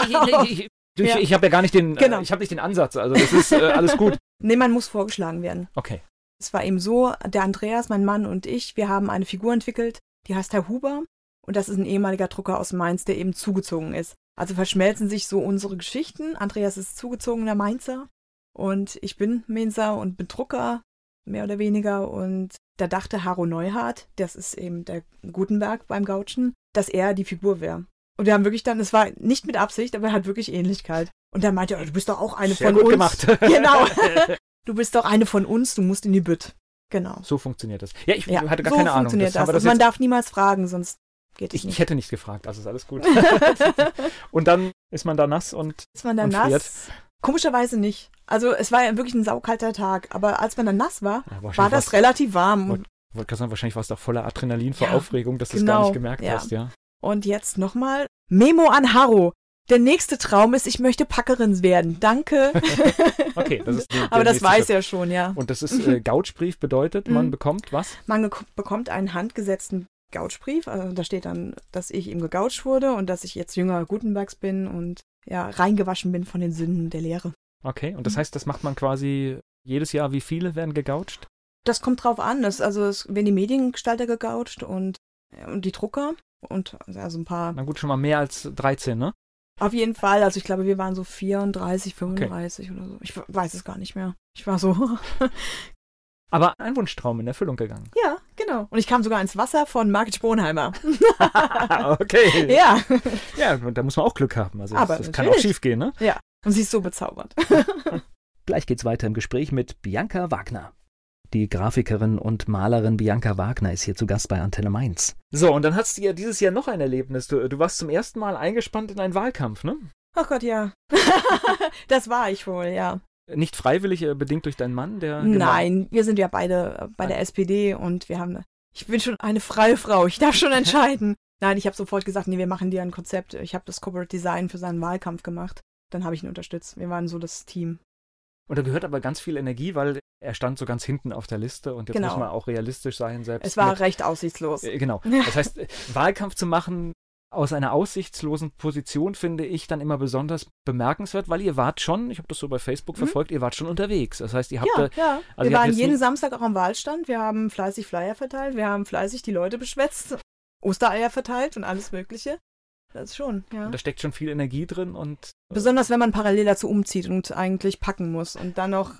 S2: ich, ich, ich,
S3: Ja.
S2: ich habe ja gar nicht den,
S3: Genau.
S2: äh, ich habe nicht den Ansatz. Also das ist äh, alles gut.
S3: nee, man muss vorgeschlagen werden.
S2: Okay.
S3: Es war eben so, der Andreas, mein Mann und ich, wir haben eine Figur entwickelt, die heißt Herr Huber. Und das ist ein ehemaliger Drucker aus Mainz, der eben zugezogen ist. Also verschmelzen sich so unsere Geschichten. Andreas ist zugezogener Mainzer und ich bin Mainzer und bin Drucker, mehr oder weniger. Und da dachte Haro Neuhardt, das ist eben der Gutenberg beim Gautschen, dass er die Figur wäre. Und wir haben wirklich dann, es war nicht mit Absicht, aber er hat wirklich Ähnlichkeit. Und dann meinte er, du bist doch auch eine
S2: Sehr
S3: von
S2: gut
S3: uns.
S2: gemacht.
S3: Genau. Du bist doch eine von uns, du musst in die Bütt. Genau.
S2: So funktioniert das. Ja, ich
S3: Ja,
S2: hatte gar
S3: so
S2: keine Ahnung.
S3: funktioniert
S2: das, aber
S3: das.
S2: das
S3: Und man
S2: jetzt,
S3: darf niemals fragen, sonst geht es
S2: ich, ich
S3: nicht.
S2: hätte nicht gefragt, also ist alles gut. und dann ist man da nass und
S3: Ist man dann
S2: Und friert.
S3: nass? Komischerweise nicht. Also es war ja wirklich ein saukalter Tag, aber als man dann nass war,
S2: ja,
S3: war
S2: wahrscheinlich
S3: das relativ warm.
S2: Und-
S3: Und,
S2: warst, Christian, wahrscheinlich warst du auch voller Adrenalin vor
S3: Ja,
S2: Aufregung, dass du es
S3: genau,
S2: gar nicht gemerkt
S3: ja.
S2: hast, ja.
S3: und jetzt nochmal Memo an Harro. Der nächste Traum ist, ich möchte Packerin werden. Danke.
S2: Okay, das ist die- der
S3: aber das
S2: nächste
S3: weiß
S2: Schritt.
S3: er schon, ja.
S2: Und das ist äh, Gouchbrief bedeutet, man
S3: Mhm.
S2: bekommt was?
S3: Man gek- bekommt einen handgesetzten Gouchbrief. Also da steht dann, dass ich ihm gegoucht wurde und dass ich jetzt Jünger Gutenbergs bin und ja, reingewaschen bin von den Sünden der Lehre.
S2: Okay,
S3: Mhm.
S2: und das heißt, das macht man quasi jedes Jahr, wie viele werden gegoucht?
S3: Das kommt drauf an. Das, also es werden die Mediengestalter gegoucht und, und die Drucker und also ein paar.
S2: Na gut, schon mal mehr als 13, ne?
S3: Auf jeden Fall, also ich glaube, wir waren so 34, 35 oder so. Ich weiß es gar nicht mehr. Ich war so.
S2: Aber ein Wunschtraum in Erfüllung gegangen.
S3: ja, genau. Und ich kam sogar ins Wasser von Margit Sponheimer.
S2: Ah, okay.
S3: ja.
S2: Ja, und da muss man auch Glück haben. Also
S3: Aber
S2: das, das kann auch
S3: natürlich.
S2: schief gehen, ne?
S3: Und sie ist so bezaubert.
S4: Gleich geht's weiter im Gespräch mit Bianca Wagner. Die Grafikerin und Malerin Bianca Wagner ist hier zu Gast bei Antenne Mainz.
S2: So, und dann hast du ja dieses Jahr noch ein Erlebnis. Du, du warst zum ersten Mal eingespannt in einen Wahlkampf, ne?
S3: Ach Gott, ja. das war ich wohl, ja.
S2: Nicht freiwillig, äh, bedingt durch deinen Mann, der.
S3: Nein, wir sind ja beide äh, bei der SPD und wir haben. Ich bin schon eine freie Frau, ich darf schon entscheiden. Nein, ich habe sofort gesagt, nee, wir machen dir ein Konzept. Ich habe das Corporate Design für seinen Wahlkampf gemacht. Dann habe ich ihn unterstützt. Wir waren so das Team.
S2: Und da gehört aber ganz viel Energie, weil er stand so ganz hinten auf der Liste und jetzt
S3: Genau.
S2: muss man auch realistisch sein, selbst.
S3: Es war
S2: mit,
S3: recht aussichtslos.
S2: äh, Genau.
S3: Ja.
S2: Das heißt, äh, Wahlkampf zu machen aus einer aussichtslosen Position finde ich dann immer besonders bemerkenswert, weil ihr wart schon, ich habe das so bei Facebook
S3: Mhm.
S2: verfolgt, ihr wart schon unterwegs. Das heißt, ihr habt
S3: Ja,
S2: da, also
S3: ja.
S2: ihr habt
S3: wir waren
S2: jetzt
S3: jeden
S2: nie-
S3: Samstag auch am Wahlstand. Wir haben fleißig Flyer verteilt. Wir haben fleißig die Leute beschwätzt. Ostereier verteilt und alles Mögliche. Das schon, ja.
S2: und da steckt schon viel Energie drin und äh,
S3: Besonders wenn man parallel dazu umzieht und eigentlich packen muss und dann noch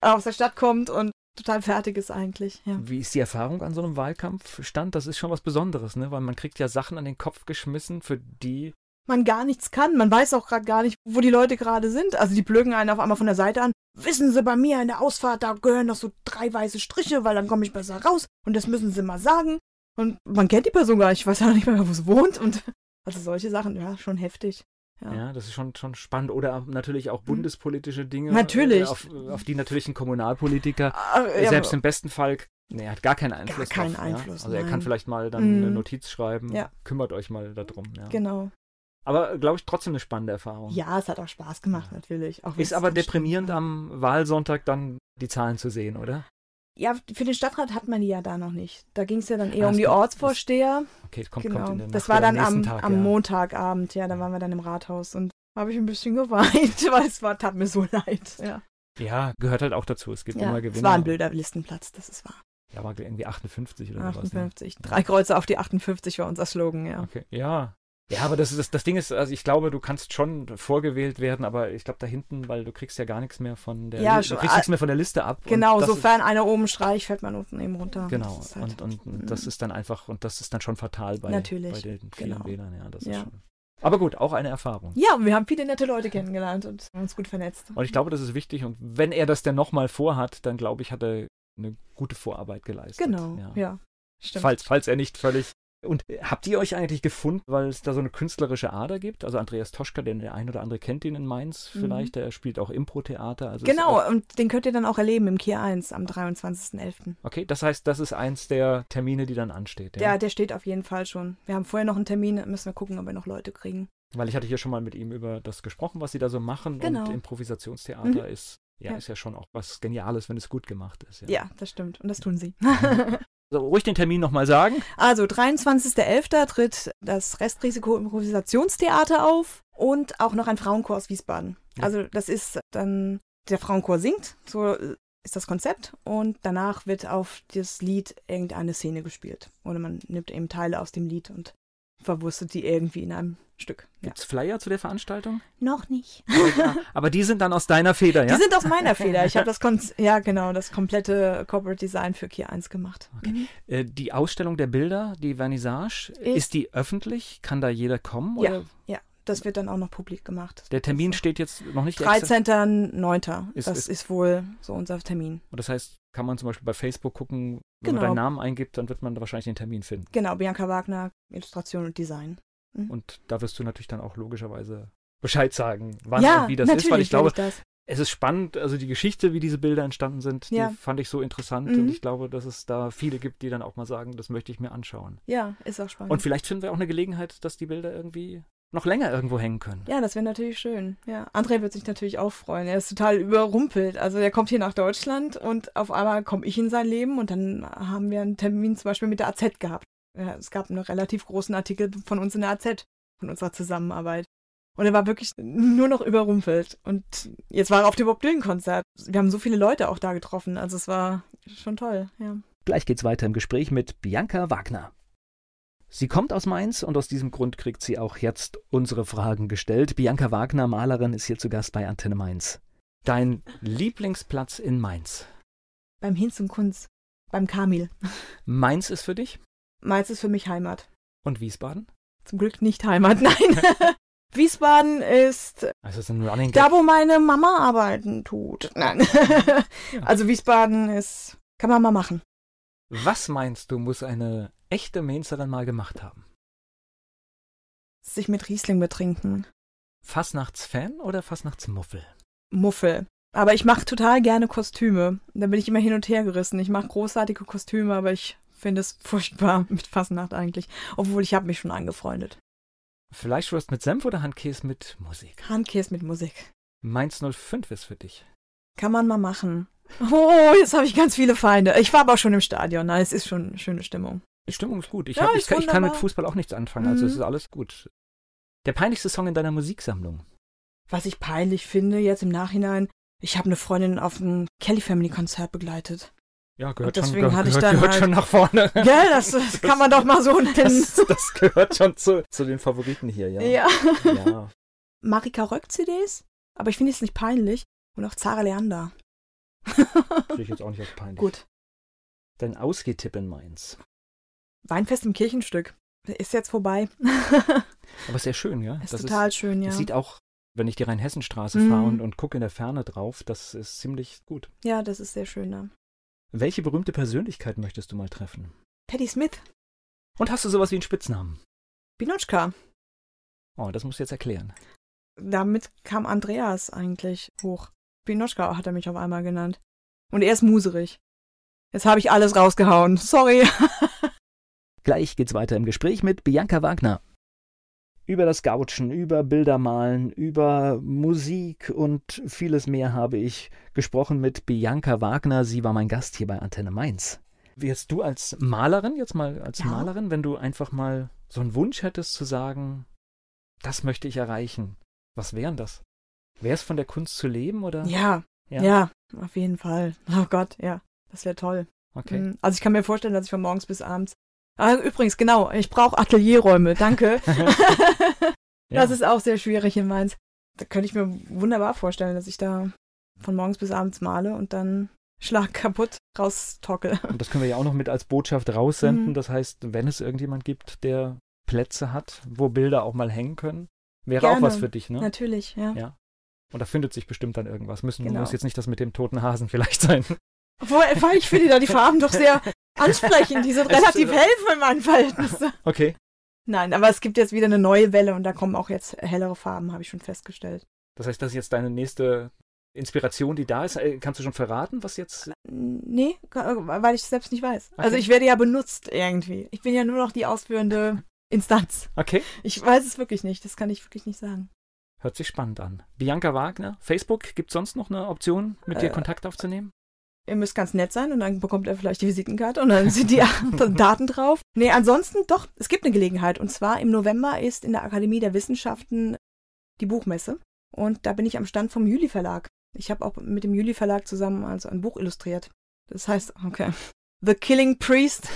S3: aus der Stadt kommt und total fertig ist eigentlich. Ja.
S2: Wie ist die Erfahrung an so einem Wahlkampfstand? Das ist schon was Besonderes, ne? Weil man kriegt ja Sachen an den Kopf geschmissen, für die
S3: Man gar nichts kann, man weiß auch gerade gar nicht, wo die Leute gerade sind. Also die blöken einen auf einmal von der Seite an. Wissen Sie, bei mir in der Ausfahrt, da gehören noch so drei weiße Striche, weil dann komme ich besser raus und das müssen Sie mal sagen. Und man kennt die Person gar nicht, ich weiß ja nicht mehr, wo sie wohnt und also solche Sachen, ja, schon heftig. Ja. Mhm.
S2: Ja, das ist schon, schon spannend. Oder natürlich auch bundespolitische Dinge.
S3: Natürlich.
S2: äh, Auf, auf die natürlich ein Kommunalpolitiker,
S3: Ah,
S2: äh,
S3: ja,
S2: selbst im besten Fall, nee, er hat gar keinen Einfluss.
S3: keinen
S2: drauf,
S3: Einfluss,
S2: Ja? Also er
S3: nein.
S2: kann vielleicht mal dann eine
S3: Mhm.
S2: Notiz schreiben,
S3: Ja.
S2: kümmert euch mal darum. Ja.
S3: Genau.
S2: Aber glaube ich trotzdem eine spannende Erfahrung.
S3: Ja, es hat auch Spaß gemacht, natürlich. Auch wenn
S2: Ist
S3: es
S2: aber
S3: anstrengend
S2: deprimierend
S3: war.
S2: am Wahlsonntag dann die Zahlen zu sehen, oder?
S3: Ja, für den Stadtrat hat man die ja da noch nicht. Da ging es ja dann
S2: Ah,
S3: eher um
S2: es
S3: die
S2: geht- das-
S3: Ortsvorsteher.
S2: Okay, kommt,
S3: genau.
S2: kommt in den
S3: das war dann
S2: nächsten
S3: am,
S2: Tag,
S3: am
S2: ja.
S3: Montagabend. Ja, da waren wir dann im Rathaus und habe ich ein bisschen geweint, weil es war, tat mir so leid. Ja,
S2: Ja, Genau. gehört halt auch dazu. Es gibt
S3: ja.
S2: immer Gewinner.
S3: es war ein blöder Listenplatz, das ist wahr.
S2: Ja, war irgendwie 58 oder sowas. ne?
S3: 58. Drei Kreuze auf die 58 war unser Slogan, ja.
S2: Okay, ja. Ja, aber das, ist- das, das Ding ist, also ich glaube, du kannst schon vorgewählt werden, aber ich glaube da hinten, weil du kriegst ja gar nichts mehr von der
S3: Ja,
S2: Li-
S3: schon,
S2: du kriegst nichts
S3: ah,
S2: mehr von der Liste ab. und
S3: Genau,
S2: das
S3: sofern einer oben streicht, fällt man unten eben runter.
S2: Ist, genau.
S3: Das ist halt-
S2: und, und, und das ist dann einfach, und das ist dann schon fatal bei,
S3: Natürlich,
S2: bei den vielen
S3: genau.
S2: Wählern, ja. Das
S3: Ja.
S2: Ist schon, aber gut, auch eine Erfahrung.
S3: ja, und wir haben viele nette Leute kennengelernt und haben uns gut vernetzt.
S2: Und ich glaube, das ist wichtig. Und wenn er das denn nochmal vorhat, dann glaube ich, hat er eine gute Vorarbeit geleistet.
S3: Genau, ja.
S2: Ja.
S3: Stimmt.
S2: Falls, falls er nicht völlig. Und habt ihr euch eigentlich gefunden, weil es da so eine künstlerische Ader gibt? Also Andreas Toschka, den der ein oder andere kennt ihn in Mainz
S3: Mhm.
S2: vielleicht, der spielt auch Impro-Theater. Also ist Auch,
S3: Genau, und den könnt ihr dann auch erleben im Kier 1 am 23.11.
S2: okay, das heißt, das ist eins der Termine, die dann ansteht.
S3: Ja.
S2: Ja?
S3: Der, der steht auf jeden Fall schon. Wir haben vorher noch einen Termin, müssen wir gucken, ob wir noch Leute kriegen.
S2: Weil ich hatte hier schon mal mit ihm über das gesprochen, was sie da so machen.
S3: Genau. Mhm.
S2: Und Improvisationstheater ist, ja,
S3: Ja.
S2: ist ja schon auch was Geniales, wenn es gut gemacht ist.
S3: Ja, das stimmt. Und das tun sie. Mhm.
S2: Also ruhig den Termin nochmal sagen.
S3: also, 23.11. tritt das Restrisiko Improvisationstheater auf und auch noch ein Frauenchor aus Wiesbaden.
S2: Ja.
S3: Also, das ist dann, der Frauenchor singt, so ist das Konzept. Und danach wird auf das Lied irgendeine Szene gespielt. Oder man nimmt eben Teile aus dem Lied und verwurstet die irgendwie in einem Stück. Ja.
S2: Gibt es Flyer zu der Veranstaltung?
S3: Noch nicht.
S2: Aber die sind dann aus deiner Feder, ja?
S3: Die sind aus meiner Feder. Ich habe das Kon ja genau, das komplette Corporate Design für Kia 1 gemacht. Mhm.
S2: Äh, die Ausstellung der Bilder, die Vernissage, ist,
S3: Ist-
S2: die öffentlich? Kann da jeder kommen?
S3: Ja.
S2: Oder
S3: Ja, das wird dann auch noch publik gemacht.
S2: der Termin steht jetzt noch nicht exakt?
S3: 13.09.
S2: Ist-
S3: Das
S2: ist-
S3: ist wohl so unser Termin.
S2: Und das heißt, kann man zum Beispiel bei Facebook gucken, wenn man
S3: Genau.
S2: deinen Namen eingibt, dann wird man da wahrscheinlich den Termin finden.
S3: Genau, Bianca Wagner, Illustration und Design.
S2: Und da wirst du natürlich dann auch logischerweise Bescheid sagen, wann
S3: ja,
S2: und wie das
S3: natürlich
S2: ist, weil ich glaube,
S3: werde ich das.
S2: es ist spannend, also die Geschichte, wie diese Bilder entstanden sind,
S3: Ja.
S2: die fand ich so interessant
S3: Mhm.
S2: und ich glaube, dass es da viele gibt, die dann auch mal sagen, das möchte ich mir anschauen.
S3: Ja, ist auch spannend.
S2: Und vielleicht finden wir auch eine Gelegenheit, dass die Bilder irgendwie noch länger irgendwo hängen können.
S3: ja, das wäre natürlich schön. Ja, André wird sich natürlich auch freuen. Er ist total überrumpelt. Also er kommt hier nach Deutschland und auf einmal komme ich in sein Leben und dann haben wir einen Termin zum Beispiel mit der AZ gehabt. Ja, es gab einen relativ großen Artikel von uns in der AZ, von unserer Zusammenarbeit. Und er war wirklich nur noch überrumpelt. Und jetzt war er auf dem Bob Dylan-Konzert. Wir haben so viele Leute auch da getroffen. Also es war schon toll, ja.
S4: Gleich geht's weiter im Gespräch mit Bianca Wagner.
S2: Sie kommt aus Mainz und aus diesem Grund kriegt sie auch jetzt unsere Fragen gestellt. Bianca Wagner, Malerin, ist hier zu Gast bei Antenne Mainz. Dein Lieblingsplatz in Mainz.
S3: Beim Hinz und Kunz, beim Kamil.
S2: Mainz ist für dich
S3: Mainz ist für mich Heimat.
S2: und Wiesbaden?
S3: Zum Glück nicht Heimat, nein. Wiesbaden ist
S2: Also es ist ein Running
S3: da, wo meine Mama arbeiten tut. Nein. Also Wiesbaden ist, kann man mal machen.
S2: Was meinst du, muss eine echte Mainzerin mal gemacht haben?
S3: Sich mit Riesling betrinken.
S2: Fasnachtsfan oder Fasnachtsmuffel?
S3: Muffel. Aber ich mache total gerne Kostüme. Da bin ich immer hin und her gerissen. Ich mache großartige Kostüme, aber ich finde es furchtbar mit Fasnacht eigentlich. Obwohl ich habe mich schon angefreundet.
S2: Fleischwurst mit Senf oder Handkäse mit Musik?
S3: Handkäse mit Musik.
S2: Mainz 05 ist für dich.
S3: Kann man mal machen. Oh, jetzt habe ich ganz viele Feinde. Ich war aber auch schon im Stadion. Nein, es ist schon eine schöne Stimmung.
S2: Die Stimmung ist gut. Ich,
S3: Ja,
S2: hab, ich,
S3: ist
S2: kann, ich kann mit
S3: wunderbar.
S2: Fußball auch nichts anfangen, also
S3: Mhm.
S2: es ist alles gut. Der peinlichste Song in deiner Musiksammlung?
S3: was ich peinlich finde jetzt im Nachhinein, ich habe eine Freundin auf ein Kelly Family Konzert begleitet.
S2: Ja,
S3: gehört Und schon- deswegen geh- hatte ich gehört- dann gehört halt- schon
S2: nach vorne.
S3: Gell, das, das kann man doch mal so nennen.
S2: gehört schon zu, zu den Favoriten hier, ja.
S3: ja.
S2: Ja.
S3: Marika Röck CDs, aber ich finde es nicht peinlich. Und auch Zara Leander.
S2: Sehe ich jetzt auch nicht als peinlich.
S3: Gut.
S2: Dein Ausgehtipp in Mainz.
S3: Weinfest im Kirchenstück. Ist jetzt vorbei.
S2: Aber sehr schön, ja.
S3: Ist
S2: das
S3: total
S2: ist,
S3: schön, ja.
S2: Es sieht auch, wenn ich die Rheinhessenstraße
S3: Mhm.
S2: fahre und, und gucke in der Ferne drauf, das ist ziemlich gut.
S3: ja, das ist sehr schön. Ja.
S2: Welche berühmte Persönlichkeit möchtest du mal treffen?
S3: Patti Smith,
S2: Und hast du sowas wie einen Spitznamen?
S3: Binotschka.
S2: Oh, das musst du jetzt erklären.
S3: damit kam Andreas eigentlich hoch. Pinoschka hat er mich auf einmal genannt. Und er ist muserig. Jetzt habe ich alles rausgehauen. Sorry.
S2: Gleich geht's weiter im Gespräch mit Bianca Wagner. Über das Gautschen, über Bildermalen, über Musik und vieles mehr habe ich gesprochen mit Bianca Wagner. Sie war mein Gast hier bei Antenne Mainz. Wärst du als Malerin, jetzt mal als
S3: Ja.
S2: Malerin, wenn du einfach mal so einen Wunsch hättest zu sagen, das möchte ich erreichen, was wären das? Wäre es von der Kunst zu leben oder?
S3: Ja,
S2: Ja.
S3: ja, auf jeden Fall. Oh Gott, ja, das wäre toll.
S2: Okay.
S3: Mm, Also ich kann mir vorstellen, dass ich von morgens bis abends. Ah, übrigens, genau, ich brauche Atelierräume, danke. Das ist auch sehr schwierig in Mainz. Da könnte ich mir wunderbar vorstellen, dass ich da von morgens bis abends male und dann Schlag kaputt raustocke.
S2: Und das können wir ja auch noch mit als Botschaft raussenden.
S3: Mhm.
S2: Das heißt, wenn es irgendjemand gibt, der Plätze hat, wo Bilder auch mal hängen können, wäre auch
S3: Gerne.
S2: was für dich, ne?
S3: Natürlich, ja.
S2: Ja. Und da findet sich bestimmt dann irgendwas. Müssen,
S3: Genau.
S2: Muss jetzt nicht das mit dem toten Hasen vielleicht sein.
S3: Obwohl, weil ich finde da die Farben doch sehr ansprechend. Die sind
S2: Es-
S3: relativ hell für mein Verhältnis.
S2: Okay.
S3: Nein, aber es gibt jetzt wieder eine neue Welle und da kommen auch jetzt hellere Farben, habe ich schon festgestellt.
S2: Das heißt, das ist jetzt deine nächste Inspiration, die da ist. Äh, Kannst du schon verraten, was jetzt.
S3: Nee, ka- äh, weil ich es selbst nicht weiß. Also
S2: Okay.
S3: ich werde ja benutzt irgendwie. Ich bin ja nur noch die ausführende Instanz.
S2: Okay.
S3: Ich weiß es wirklich nicht. Das kann ich wirklich nicht sagen.
S2: Hört sich spannend an. Bianca Wagner, Facebook, gibt es sonst noch eine Option, mit dir
S3: Äh,
S2: Kontakt aufzunehmen?
S3: Ihr müsst ganz nett sein und dann bekommt er vielleicht die Visitenkarte und dann sind die Daten drauf. Nee, ansonsten doch, es gibt eine Gelegenheit. Und zwar im November ist in der Akademie der Wissenschaften die Buchmesse. Und da bin ich am Stand vom Juli Verlag. Ich habe auch mit dem Juli Verlag zusammen also ein Buch illustriert. Das heißt, okay. The Killing Priest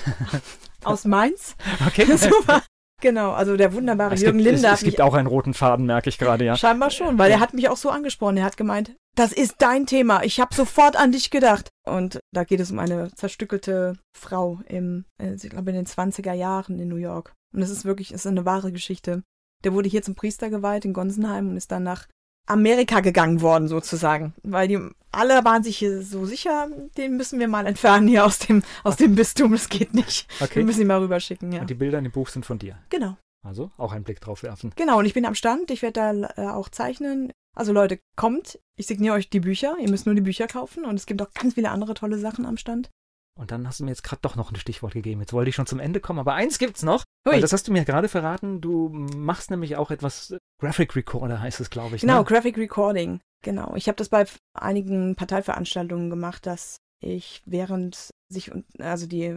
S3: aus Mainz.
S2: Okay.
S3: Super. Genau, also der wunderbare
S2: Es
S3: Jürgen
S2: gibt, es,
S3: Linder
S2: es
S3: hat mich
S2: gibt auch einen roten Faden, merke ich gerade, ja.
S3: scheinbar schon, weil er hat mich auch so angesprochen. Er hat gemeint, das ist dein Thema. Ich habe sofort an dich gedacht. Und da geht es um eine zerstückelte Frau im, äh, ich glaube in den 20er Jahren in New York. Und es ist wirklich, es ist eine wahre Geschichte. Der wurde hier zum Priester geweiht in Gonsenheim und ist dann nach Amerika gegangen worden sozusagen, weil die alle waren sich hier so sicher, den müssen wir mal entfernen hier aus dem aus dem Bistum, das geht nicht. Wir
S2: Okay.
S3: müssen ihn mal rüberschicken, ja.
S2: Und die Bilder in dem Buch sind von dir.
S3: Genau.
S2: Also auch einen Blick drauf werfen.
S3: Genau, und ich bin am Stand, ich werde da äh, auch zeichnen. Also Leute, kommt, ich signiere euch die Bücher, ihr müsst nur die Bücher kaufen und es gibt auch ganz viele andere tolle Sachen am Stand.
S2: Und dann hast du mir jetzt gerade doch noch ein Stichwort gegeben. Jetzt wollte ich schon zum Ende kommen, aber eins gibt's noch. Weil
S3: Hui.
S2: das hast du mir gerade verraten. Du machst nämlich auch etwas. äh, Graphic Recorder heißt es, glaube ich.
S3: Genau,
S2: Ne?
S3: Graphic Recording. Genau, ich habe das bei f- einigen Parteiveranstaltungen gemacht, dass ich während sich und also die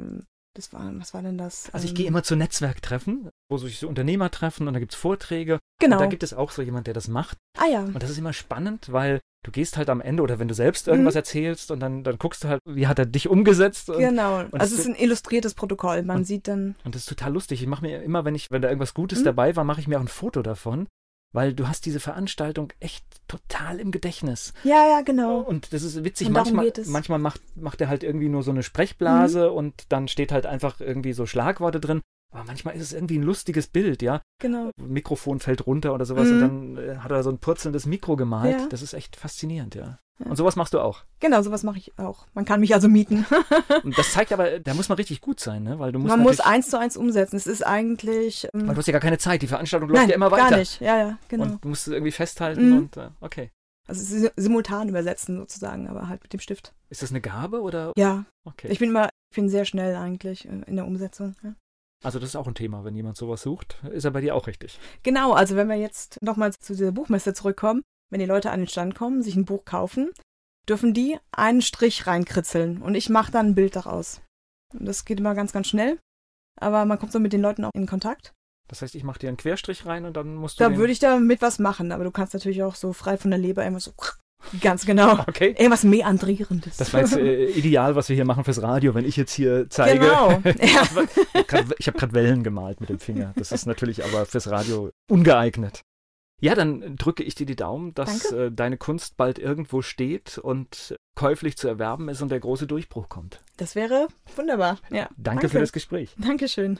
S3: das war was war denn das?
S2: Also ich
S3: Ähm,
S2: gehe immer zu Netzwerktreffen, wo sich so Unternehmer treffen und da gibt's Vorträge.
S3: genau.
S2: Und da gibt es auch so jemand, der das macht.
S3: ah ja.
S2: Und das ist immer spannend, weil du gehst halt am Ende oder wenn du selbst irgendwas
S3: Mhm.
S2: erzählst und dann, dann guckst du halt, wie hat er dich umgesetzt. Und,
S3: Genau.
S2: das-
S3: Also es ist ein illustriertes Protokoll. Man
S2: Und-
S3: sieht dann
S2: Und das ist total lustig. Ich mache mir immer, wenn ich, wenn da irgendwas Gutes
S3: Mhm.
S2: dabei war, mache ich mir auch ein Foto davon, weil du hast diese Veranstaltung echt total im Gedächtnis.
S3: Ja, ja, genau.
S2: Und das ist witzig.
S3: Und darum
S2: manchmal
S3: geht es. Mhm.
S2: manchmal macht, macht er halt irgendwie nur so eine Sprechblase und dann steht halt einfach irgendwie so Schlagworte drin. Aber manchmal ist es irgendwie ein lustiges Bild, ja.
S3: Genau.
S2: Mikrofon fällt runter oder sowas
S3: Mhm.
S2: und dann äh, hat er so ein purzelndes Mikro gemalt.
S3: Ja.
S2: Das ist echt faszinierend, ja.
S3: Ja.
S2: Und sowas machst du auch.
S3: Genau, sowas mache ich auch. Man kann mich also mieten.
S2: Und das zeigt aber, da muss man richtig gut sein, ne? Weil du musst
S3: Man muss
S2: natürlich-
S3: eins zu eins umsetzen. Es ist eigentlich. ähm,
S2: weil du hast ja gar keine Zeit. Die Veranstaltung läuft
S3: Nein,
S2: ja immer weiter.
S3: Gar nicht, ja, ja, genau.
S2: Und du musst es irgendwie festhalten
S3: Mhm.
S2: und äh, okay.
S3: also es ist simultan übersetzen sozusagen, aber halt mit dem Stift.
S2: Ist das eine Gabe oder
S3: Ja,
S2: okay.
S3: ich bin immer, ich bin sehr schnell eigentlich äh, in der Umsetzung. Ja.
S2: also das ist auch ein Thema, wenn jemand sowas sucht, ist er bei dir auch richtig.
S3: Genau, also wenn wir jetzt nochmal zu dieser Buchmesse zurückkommen, wenn die Leute an den Stand kommen, sich ein Buch kaufen, dürfen die einen Strich reinkritzeln und ich mache dann ein Bild daraus. Und das geht immer ganz, ganz schnell. Aber man kommt so mit den Leuten auch in Kontakt.
S2: Das heißt, ich mache dir einen Querstrich rein und dann musst du
S3: Da
S2: den,
S3: würde ich damit was machen, aber du kannst natürlich auch so frei von der Leber immer so ganz genau.
S2: Okay.
S3: Irgendwas Meandrierendes.
S2: Das war jetzt äh, ideal, was wir hier machen fürs Radio, wenn ich jetzt hier zeige.
S3: Genau. Ja.
S2: Grad- ich habe gerade Wellen gemalt mit dem Finger. Das ist natürlich aber fürs Radio ungeeignet. Ja, dann drücke ich dir die Daumen, dass äh, deine Kunst bald irgendwo steht und käuflich zu erwerben ist und der große Durchbruch kommt.
S3: Das wäre wunderbar. Ja.
S2: Danke. für das Gespräch.
S3: Dankeschön.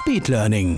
S1: Speed Learning.